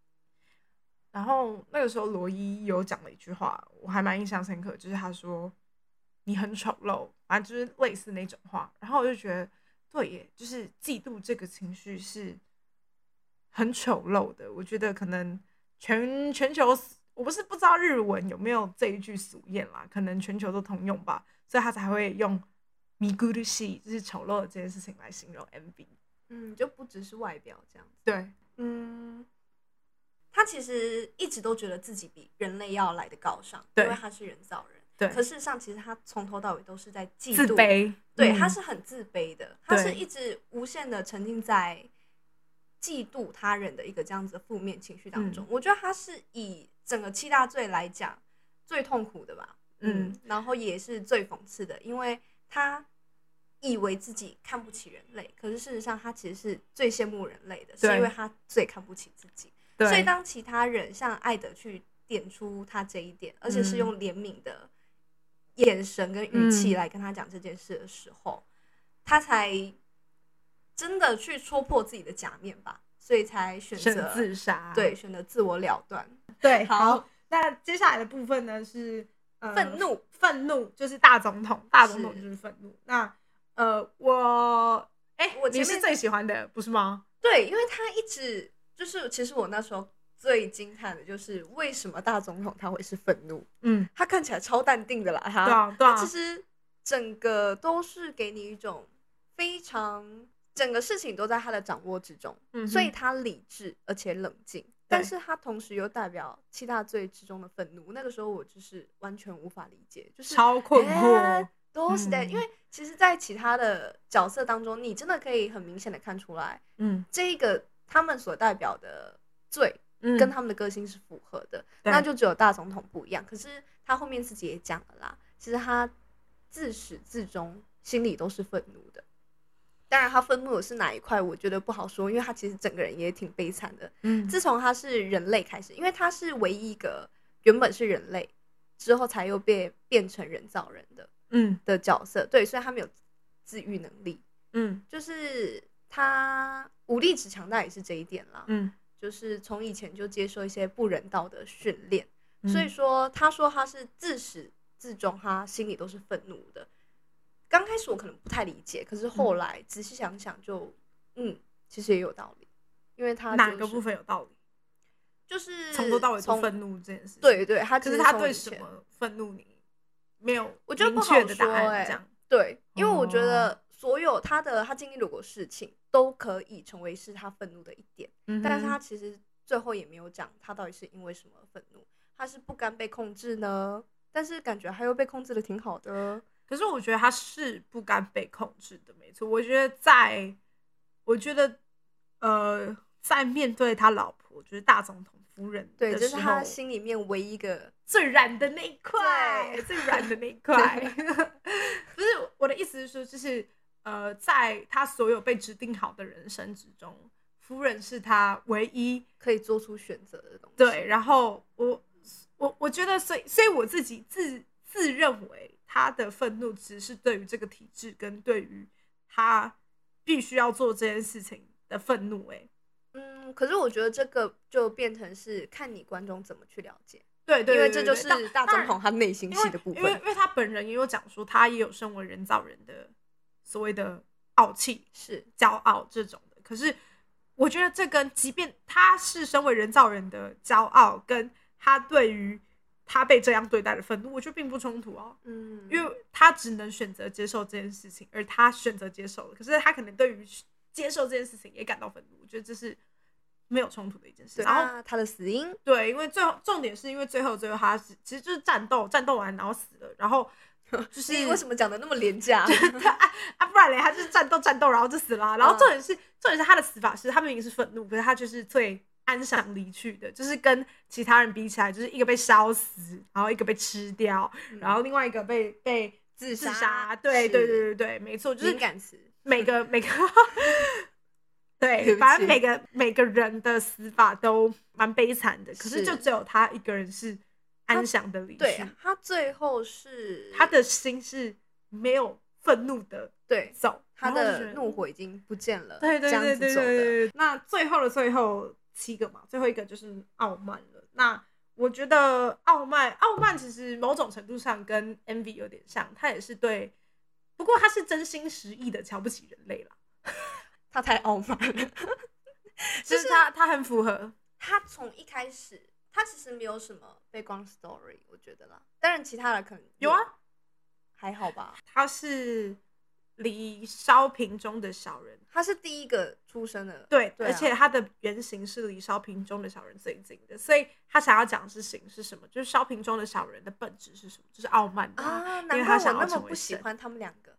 [SPEAKER 2] 然后那个时候罗伊有讲了一句话，我还蛮印象深刻，就是他说你很丑陋，反正就是类似那种话。然后我就觉得对耶，就是嫉妒这个情绪是很丑陋的。我觉得可能全全球，我不是不知道日文有没有这一句俗谚啦，可能全球都通用吧，所以他才会用“米咕噜西”就是丑陋的这件事情来形容 MV。
[SPEAKER 1] 嗯，就不只是外表这样子。
[SPEAKER 2] 对，
[SPEAKER 1] 嗯，他其实一直都觉得自己比人类要来的高尚，
[SPEAKER 2] 对
[SPEAKER 1] 因为他是人造人。
[SPEAKER 2] 对
[SPEAKER 1] 可事实上，其实他从头到尾都是在嫉妒，
[SPEAKER 2] 自卑，
[SPEAKER 1] 对，
[SPEAKER 2] 嗯
[SPEAKER 1] 他是很自卑的，他是
[SPEAKER 2] 对
[SPEAKER 1] 一直无限的沉浸在嫉妒他人的一个这样子的负面情绪当
[SPEAKER 2] 嗯
[SPEAKER 1] 中。我觉得他是以整个七大罪来讲最痛苦的吧，
[SPEAKER 2] 嗯，
[SPEAKER 1] 然后也是最讽刺的，因为他以为自己看不起人类，可是事实上他其实是最羡慕人类的，是
[SPEAKER 2] 对
[SPEAKER 1] 因为他最看不起自己。
[SPEAKER 2] 对，
[SPEAKER 1] 所以当其他人向艾德去点出他这一点，而且是用怜悯的眼神跟语气
[SPEAKER 2] 嗯
[SPEAKER 1] 来跟他讲这件事的时候，他才真的去戳破自己的假面吧，所以才选
[SPEAKER 2] 选
[SPEAKER 1] 择
[SPEAKER 2] 自杀，
[SPEAKER 1] 对选择自我了断。
[SPEAKER 2] 对，
[SPEAKER 1] 好
[SPEAKER 2] 好。那接下来的部分呢是呃
[SPEAKER 1] 愤怒，
[SPEAKER 2] 愤怒就是大总统，大总统
[SPEAKER 1] 是
[SPEAKER 2] 就是愤怒。那呃，我哎、
[SPEAKER 1] 我前
[SPEAKER 2] 你
[SPEAKER 1] 面
[SPEAKER 2] 是最喜欢的，不是吗？
[SPEAKER 1] 对，因为他一直就是，其实我那时候最惊叹的就是为什么大总统他会是愤怒，
[SPEAKER 2] 嗯，
[SPEAKER 1] 他看起来超淡定的啦，他
[SPEAKER 2] 对啊，对啊
[SPEAKER 1] 其，实整个都是给你一种非常整个事情都在他的掌握之中，
[SPEAKER 2] 嗯哼
[SPEAKER 1] 所以他理智而且冷静，但是他同时又代表七大罪之中的愤怒。那个时候我就是完全无法理解，就是
[SPEAKER 2] 超困惑
[SPEAKER 1] 欸。都是的，
[SPEAKER 2] 嗯
[SPEAKER 1] 因为其实，在其他的角色当中，你真的可以很明显的看出来，
[SPEAKER 2] 嗯
[SPEAKER 1] 这个他们所代表的罪
[SPEAKER 2] 嗯，
[SPEAKER 1] 跟他们的个性是符合的，
[SPEAKER 2] 对
[SPEAKER 1] 那就只有大总统不一样。可是他后面自己也讲了啦，其实他自始至终心里都是愤怒的。当然，他愤怒的是哪一块，我觉得不好说，因为他其实整个人也挺悲惨的。
[SPEAKER 2] 嗯
[SPEAKER 1] 自从他是人类开始，因为他是唯一一个原本是人类之后才又变变成人造人的
[SPEAKER 2] 嗯
[SPEAKER 1] 的角色，对，所以他没有自愈能力。
[SPEAKER 2] 嗯
[SPEAKER 1] 就是他，武力值强大也是这一点啦，
[SPEAKER 2] 嗯，
[SPEAKER 1] 就是从以前就接受一些不人道的训练，所以
[SPEAKER 2] 嗯
[SPEAKER 1] 说他说他是自始至终他心里都是愤怒的。刚开始我可能不太理解，可是
[SPEAKER 2] 嗯
[SPEAKER 1] 后来仔细想想就，嗯，其实也有道理，因为他、就是、
[SPEAKER 2] 哪个部分有道理？
[SPEAKER 1] 就是
[SPEAKER 2] 从头到尾都
[SPEAKER 1] 从
[SPEAKER 2] 愤怒这件事情。
[SPEAKER 1] 对，对，他
[SPEAKER 2] 可
[SPEAKER 1] 只
[SPEAKER 2] 是
[SPEAKER 1] 是
[SPEAKER 2] 他
[SPEAKER 1] 从
[SPEAKER 2] 对
[SPEAKER 1] 以
[SPEAKER 2] 什
[SPEAKER 1] 前
[SPEAKER 2] 么愤怒你没有
[SPEAKER 1] 我觉得
[SPEAKER 2] 明
[SPEAKER 1] 不好
[SPEAKER 2] 确的答
[SPEAKER 1] 说欸
[SPEAKER 2] 案，这样
[SPEAKER 1] 对，因为我觉
[SPEAKER 2] 哦
[SPEAKER 1] 得所有他的他经历如果事情都可以成为是他愤怒的一点，
[SPEAKER 2] 嗯哼
[SPEAKER 1] 但是他其实最后也没有讲他到底是因为什么而愤怒，他是不甘被控制呢，但是感觉他又被控制的挺好的，哦
[SPEAKER 2] 可是我觉得他是不该被控制的，没错。我觉得在，我觉得呃，在面对他老婆，就是大总统夫人
[SPEAKER 1] 对，
[SPEAKER 2] 的
[SPEAKER 1] 这是
[SPEAKER 2] 时
[SPEAKER 1] 他
[SPEAKER 2] 候
[SPEAKER 1] 心里面唯一一个
[SPEAKER 2] 最软的那一块，
[SPEAKER 1] 对
[SPEAKER 2] 最软的那 [laughs] 一块。不是我的意思是说，就是呃，在他所有被指定好的人生之中，夫人是他唯一
[SPEAKER 1] 可以做出选择的东西。
[SPEAKER 2] 对，，然后我我我觉得，所以所以我自己自自认为他的愤怒只是对于这个体制跟对于他必须要做这件事情的愤怒、欸。哎，
[SPEAKER 1] 嗯，可是我觉得这个就变成是看你观众怎么去了解，
[SPEAKER 2] 对对
[SPEAKER 1] 因为
[SPEAKER 2] 对
[SPEAKER 1] 这
[SPEAKER 2] 对
[SPEAKER 1] 就
[SPEAKER 2] 对当
[SPEAKER 1] 是大
[SPEAKER 2] 当
[SPEAKER 1] 总
[SPEAKER 2] 然
[SPEAKER 1] 统他内心
[SPEAKER 2] 因
[SPEAKER 1] 戏
[SPEAKER 2] 为
[SPEAKER 1] 的部
[SPEAKER 2] 因为
[SPEAKER 1] 分
[SPEAKER 2] 因，为他本人也有讲说，他也有身为人造人的所谓的傲气、
[SPEAKER 1] 是
[SPEAKER 2] 骄傲这种的。可是我觉得这跟即便他是身为人造人的骄傲，跟他对于他被这样对待的愤怒，我觉得并不冲突哦。
[SPEAKER 1] 嗯，
[SPEAKER 2] 因为他只能选择接受这件事情，而他选择接受了，可是他可能对于接受这件事情也感到愤怒，我觉得这是没有冲突的一件事。
[SPEAKER 1] 对啊
[SPEAKER 2] 然后
[SPEAKER 1] 那他的死因
[SPEAKER 2] 对，因为最后重点是因为最后最后他是其实就是战斗，战斗完然后死了，然
[SPEAKER 1] [laughs]
[SPEAKER 2] 后就是
[SPEAKER 1] 你为什么讲的那么廉价？
[SPEAKER 2] 啊不然嘞，他就是战斗战斗然后就死了啊、然后
[SPEAKER 1] 嗯
[SPEAKER 2] 重点是、重点是他的死法是他明明是愤怒，可是他就是最。安详离去的，就是跟其他人比起来，就是一个被烧死，然后一个被吃掉，
[SPEAKER 1] 嗯
[SPEAKER 2] 然后另外一个被被
[SPEAKER 1] 自
[SPEAKER 2] 自
[SPEAKER 1] 杀
[SPEAKER 2] 杀，对
[SPEAKER 1] 是
[SPEAKER 2] 对对对对，没错，就是
[SPEAKER 1] 敏感词，
[SPEAKER 2] 每个每个， [laughs]
[SPEAKER 1] 对
[SPEAKER 2] 对，
[SPEAKER 1] 不
[SPEAKER 2] 反
[SPEAKER 1] 起
[SPEAKER 2] 正每个每个人的死法都蛮悲惨的，可
[SPEAKER 1] 是
[SPEAKER 2] 是就只有他一个人是安详的离
[SPEAKER 1] 对啊
[SPEAKER 2] 去，
[SPEAKER 1] 他最后是
[SPEAKER 2] 他的心是没有愤怒的
[SPEAKER 1] 对
[SPEAKER 2] 走，
[SPEAKER 1] 他
[SPEAKER 2] 然后我就觉
[SPEAKER 1] 的
[SPEAKER 2] 得
[SPEAKER 1] 怒火已经不见了，
[SPEAKER 2] 对对
[SPEAKER 1] 这样
[SPEAKER 2] 对
[SPEAKER 1] 子
[SPEAKER 2] 对对
[SPEAKER 1] 走的，
[SPEAKER 2] 对。那最后的最后七个嘛，最后一个就是傲慢了。那我觉得傲慢，傲慢其实某种程度上跟 envy 有点像，他也是对，不过他是真心实意的瞧不起人类啦。
[SPEAKER 1] 他太傲慢
[SPEAKER 2] [laughs]
[SPEAKER 1] 了。
[SPEAKER 2] 就是他，他很符合，
[SPEAKER 1] 他从一开始，他其实没有什么背光 story，我觉得啦。当然，其他的可能
[SPEAKER 2] 有啊，
[SPEAKER 1] 还好吧。
[SPEAKER 2] 他是离烧瓶中的小人，
[SPEAKER 1] 他是第一个出生的，
[SPEAKER 2] 对，
[SPEAKER 1] 对啊
[SPEAKER 2] 而且他的原型是离烧瓶中的小人最近的，所以他想要讲的事情是什么？就是烧瓶中的小人的本质是什么？就是傲慢的
[SPEAKER 1] 啊，
[SPEAKER 2] 因
[SPEAKER 1] 难
[SPEAKER 2] 为
[SPEAKER 1] 怪
[SPEAKER 2] 他
[SPEAKER 1] 我
[SPEAKER 2] 想要
[SPEAKER 1] 那么
[SPEAKER 2] 成
[SPEAKER 1] 不
[SPEAKER 2] 为
[SPEAKER 1] 喜
[SPEAKER 2] 神。
[SPEAKER 1] 欢他们两个。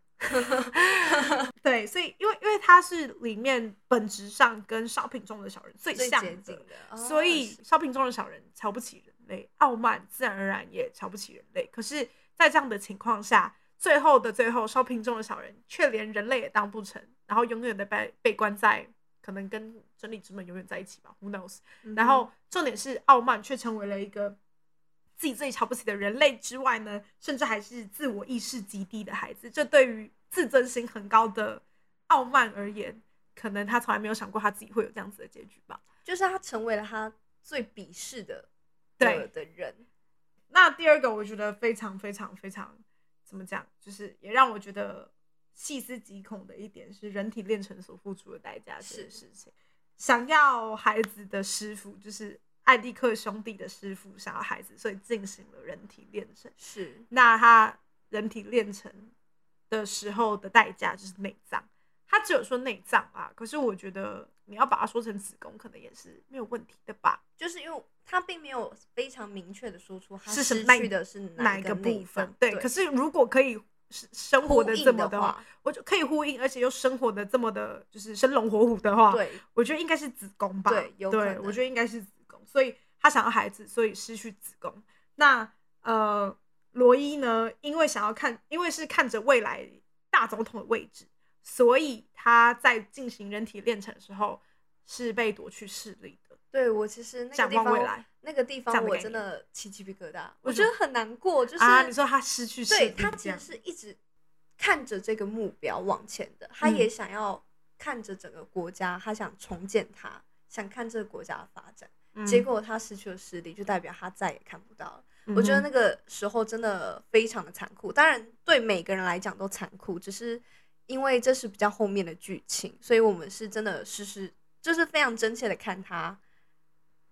[SPEAKER 2] 对，所以因为因为他是里面本质上跟烧瓶中的小人最
[SPEAKER 1] 最
[SPEAKER 2] 像
[SPEAKER 1] 接近
[SPEAKER 2] 的，
[SPEAKER 1] 的，哦
[SPEAKER 2] 所以
[SPEAKER 1] 是
[SPEAKER 2] 烧瓶中的小人瞧不起人类，傲慢自然而然也瞧不起人类。可是，在这样的情况下，最后的最后，烧瓶中的小人却连人类也当不成，然后永远的被被关在可能跟真理之门永远在一起吧，Who knows？
[SPEAKER 1] 嗯
[SPEAKER 2] 然后重点是傲慢却成为了一个自己最瞧不起的人类之外呢，甚至还是自我意识极低的孩子。这对于自尊心很高的傲慢而言，可能他从来没有想过他自己会有这样子的结局吧。
[SPEAKER 1] 就是他成为了他最鄙视的
[SPEAKER 2] 对
[SPEAKER 1] 的的人，
[SPEAKER 2] 那第二个，我觉得非常非常非常怎么讲，就是也让我觉得细思极恐的一点是，人体炼成所付出的代价这
[SPEAKER 1] 是
[SPEAKER 2] 件事情。想要孩子的师傅，就是艾利克兄弟的师傅，想要孩子，所以进行了人体炼成。
[SPEAKER 1] 是
[SPEAKER 2] 那他人体炼成的时候的代价就是内脏，他只有说内脏啊，可是我觉得你要把它说成子宫，可能也是没有问题的吧。
[SPEAKER 1] 就是因为他并没有非常明确的说出他
[SPEAKER 2] 是什
[SPEAKER 1] 失
[SPEAKER 2] 么
[SPEAKER 1] 去的是
[SPEAKER 2] 哪
[SPEAKER 1] 一
[SPEAKER 2] 一
[SPEAKER 1] 个
[SPEAKER 2] 个
[SPEAKER 1] 内
[SPEAKER 2] 部
[SPEAKER 1] 脏
[SPEAKER 2] 分。对，可是如果可以是生活的
[SPEAKER 1] 呼应
[SPEAKER 2] 这么
[SPEAKER 1] 的
[SPEAKER 2] 的话，，我就可以呼应，而且又生活的这么的，就是生龙活虎的话，
[SPEAKER 1] 对，
[SPEAKER 2] 我觉得应该是子宫吧。
[SPEAKER 1] 对有可能
[SPEAKER 2] 我觉得应该是子宫，所以他想要孩子，所以失去子宫。那呃，罗伊呢，因为想要看，因为是看着未来大总统的位置，所以他在进行人体炼成的时候是被夺去视力的，
[SPEAKER 1] 对我其实那个
[SPEAKER 2] 展
[SPEAKER 1] 地
[SPEAKER 2] 望未
[SPEAKER 1] 方，
[SPEAKER 2] 来。
[SPEAKER 1] 那个地
[SPEAKER 2] 这
[SPEAKER 1] 方
[SPEAKER 2] 样的
[SPEAKER 1] 我
[SPEAKER 2] 概
[SPEAKER 1] 真
[SPEAKER 2] 念
[SPEAKER 1] 的起鸡皮疙瘩，我
[SPEAKER 2] 为
[SPEAKER 1] 觉
[SPEAKER 2] 什
[SPEAKER 1] 得
[SPEAKER 2] 么
[SPEAKER 1] 很难过，就是
[SPEAKER 2] 啊，你说他失去视力这
[SPEAKER 1] 对
[SPEAKER 2] 样，
[SPEAKER 1] 他其实是一直看着这个目标往前的，他
[SPEAKER 2] 嗯
[SPEAKER 1] 也想要看着整个国家，他想重建它，想看这个国家的发展。
[SPEAKER 2] 嗯
[SPEAKER 1] 结果他失去了视力，就代表他再也看不到了。
[SPEAKER 2] 嗯
[SPEAKER 1] 我觉得那个时候真的非常的残酷，当然对每个人来讲都残酷，只是因为这是比较后面的剧情，所以我们是真的实时，就是非常真切的看他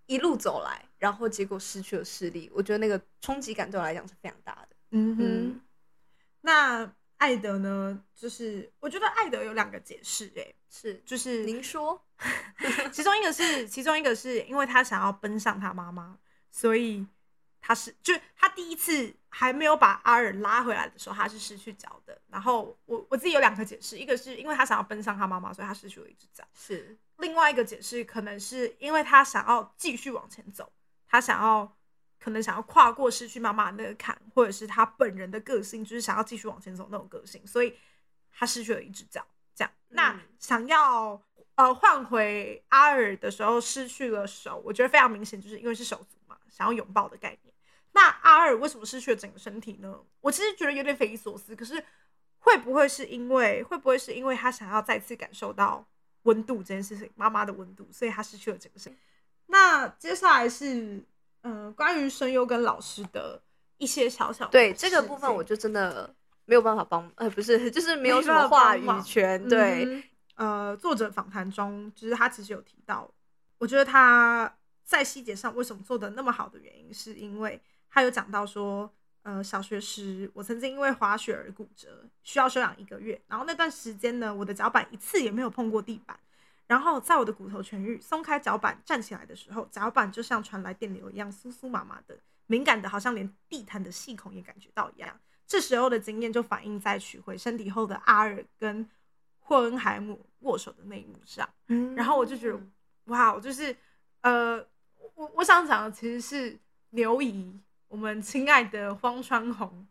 [SPEAKER 1] 一路走来，然后结果失去了视力。我觉得那个冲击感对我来讲是非常大的。嗯
[SPEAKER 2] 嗯哼，那艾德呢？就是我觉得艾德有两个解释、欸，哎，
[SPEAKER 1] 是，
[SPEAKER 2] 就是
[SPEAKER 1] 您说，
[SPEAKER 2] 其中一个是，其中一个是因为他想要奔上他妈妈，所以他是就他第一次还没有把阿尔拉回来的时候，他是失去脚的。然后我我自己有两个解释，一个是因为他想要奔上他妈妈，所以他失去了一只脚；
[SPEAKER 1] 是
[SPEAKER 2] 另外一个解释可能是因为他想要继续往前走，他想要可能想要跨过失去妈妈的那个坎，或者是他本人的个性就是想要继续往前走那种个性，所以他失去了一只脚。这样，那
[SPEAKER 1] 嗯
[SPEAKER 2] 想要呃换回阿尔的时候失去了手，我觉得非常明显，就是因为是手足嘛，想要拥抱的概念。那阿尔为什么失去了整个身体呢？我其实觉得有点匪夷所思，可是会不会是因为会不会是因为他想要再次感受到温度这件事情，妈妈的温度，所以他失去了整个身体。那接下来是嗯、呃关于声优跟老师的一些小小的
[SPEAKER 1] 对
[SPEAKER 2] 事
[SPEAKER 1] 这个部分，
[SPEAKER 2] 情
[SPEAKER 1] 我就真的没有办法帮， [laughs] 呃，不是，就是没有
[SPEAKER 2] 没
[SPEAKER 1] 什么
[SPEAKER 2] 办法
[SPEAKER 1] 话
[SPEAKER 2] 帮
[SPEAKER 1] 语
[SPEAKER 2] 忙
[SPEAKER 1] 权。对，
[SPEAKER 2] 嗯呃，作者访谈中，就是他其实有提到，我觉得他在细节上为什么做的那么好的原因，是因为他有讲到说，呃，小学时我曾经因为滑雪而骨折，需要休养一个月，然后那段时间呢，我的脚板一次也没有碰过地板。然后，在我的骨头痊愈、松开脚板站起来的时候，脚板就像传来电流一样酥酥麻麻的，敏感的，好像连地毯的细孔也感觉到一样。这时候的经验就反映在取回身体后的阿尔跟霍恩海姆握手的那一幕上。
[SPEAKER 1] 嗯
[SPEAKER 2] 然后我就觉得，哇，我就是呃，我我想讲的其实是刘怡，我们亲爱的荒川弘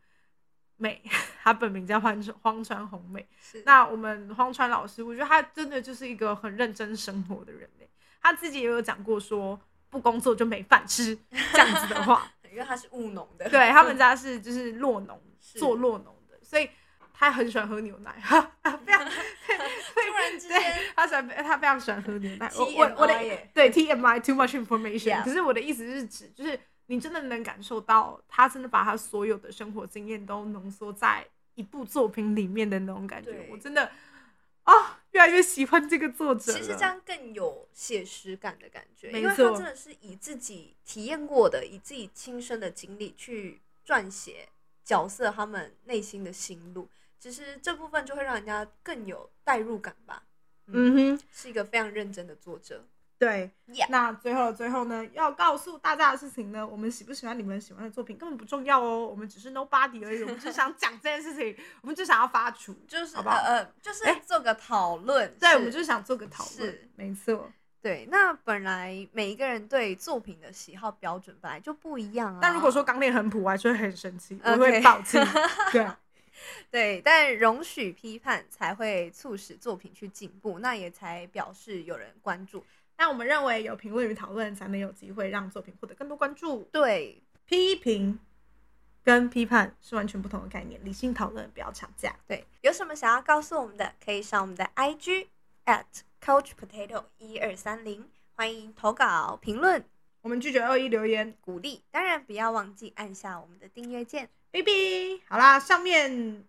[SPEAKER 2] 美，她本名叫荒川荒川弘美。
[SPEAKER 1] 是
[SPEAKER 2] 那我们荒川老师，我觉得他真的就是一个很认真生活的人嘞。他自己也有讲过说，不工作就没饭吃这样子的话。
[SPEAKER 1] 因为他是务农的，
[SPEAKER 2] [laughs] 对他们家是就是洛农，
[SPEAKER 1] 嗯是
[SPEAKER 2] 做洛农的，所以他很喜欢喝牛奶， [laughs] 非常
[SPEAKER 1] [laughs] 突然之
[SPEAKER 2] 对
[SPEAKER 1] 间，
[SPEAKER 2] 他喜欢他非常喜欢喝牛奶。我我
[SPEAKER 1] TMI
[SPEAKER 2] 我的
[SPEAKER 1] 耶
[SPEAKER 2] 对 TMI too much information，、
[SPEAKER 1] Yeah
[SPEAKER 2] 可是我的意思是指就是你真的能感受到他真的把他所有的生活经验都浓缩在一部作品里面的那种感觉
[SPEAKER 1] 对，
[SPEAKER 2] 我真的啊、越来越喜欢这个作者了。
[SPEAKER 1] 其实这样更有写实感的感觉，
[SPEAKER 2] 没
[SPEAKER 1] 因为他
[SPEAKER 2] 错
[SPEAKER 1] 真的是以自己体验过的、以自己亲身的经历去撰写角色他们内心的心路。其实这部分就会让人家更有代入感吧。
[SPEAKER 2] 嗯哼。
[SPEAKER 1] 是一个非常认真的作者。
[SPEAKER 2] 对
[SPEAKER 1] Yeah
[SPEAKER 2] 那最后的最后呢，要告诉大家的事情呢，我们喜不喜欢你们喜欢的作品根本不重要哦，我们只是 nobody 而已，我们只想讲这件事情，我们就想要发出，
[SPEAKER 1] 就是
[SPEAKER 2] 好不好
[SPEAKER 1] 呃呃，就是
[SPEAKER 2] 哎
[SPEAKER 1] 做个讨论。
[SPEAKER 2] 对，
[SPEAKER 1] 是
[SPEAKER 2] 我们就想做个讨
[SPEAKER 1] 是
[SPEAKER 2] 论，没错。
[SPEAKER 1] 对。那本来每一个人对作品的喜好标准本来就不一样啊。
[SPEAKER 2] 但如果说刚练很普，我还是会很生气，我
[SPEAKER 1] OK
[SPEAKER 2] 会暴
[SPEAKER 1] [laughs]
[SPEAKER 2] 气。对，
[SPEAKER 1] 对，但容许批判才会促使作品去进步，那也才表示有人关注。
[SPEAKER 2] 但我们认为有评论与讨论，才能有机会让作品获得更多关注。
[SPEAKER 1] 对，
[SPEAKER 2] 批评跟批判是完全不同的概念，理性讨论，不要吵架。
[SPEAKER 1] 对，有什么想要告诉我们的，可以上我们的 IG at Couch Potato 一二三零，欢迎投稿、评论、
[SPEAKER 2] 我们拒绝恶意留言，
[SPEAKER 1] 鼓励，当然不要忘记按下我们的订阅键。
[SPEAKER 2] baby。好啦，上面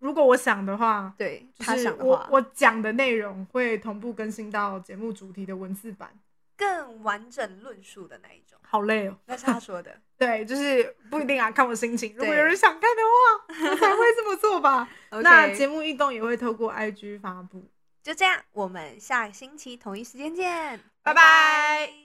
[SPEAKER 2] 如果我想的话，
[SPEAKER 1] 对，
[SPEAKER 2] 就
[SPEAKER 1] 他
[SPEAKER 2] 是
[SPEAKER 1] 想的
[SPEAKER 2] 我
[SPEAKER 1] 话，
[SPEAKER 2] 我讲的内容会同步更新到节目主题的文字版。
[SPEAKER 1] 更完整论述的那一种，
[SPEAKER 2] 好累哦。
[SPEAKER 1] 那是他说
[SPEAKER 2] [laughs]
[SPEAKER 1] 的。
[SPEAKER 2] 对，就是不一定啊，看我心情。如果
[SPEAKER 1] 对
[SPEAKER 2] 有人想看的话，我才会这么
[SPEAKER 1] [laughs]
[SPEAKER 2] 做吧。那
[SPEAKER 1] 那
[SPEAKER 2] 节
[SPEAKER 1] 节目
[SPEAKER 2] 目异动也会透过 IG 发布。
[SPEAKER 1] 就这样，我们下星期同一时间见，
[SPEAKER 2] 拜拜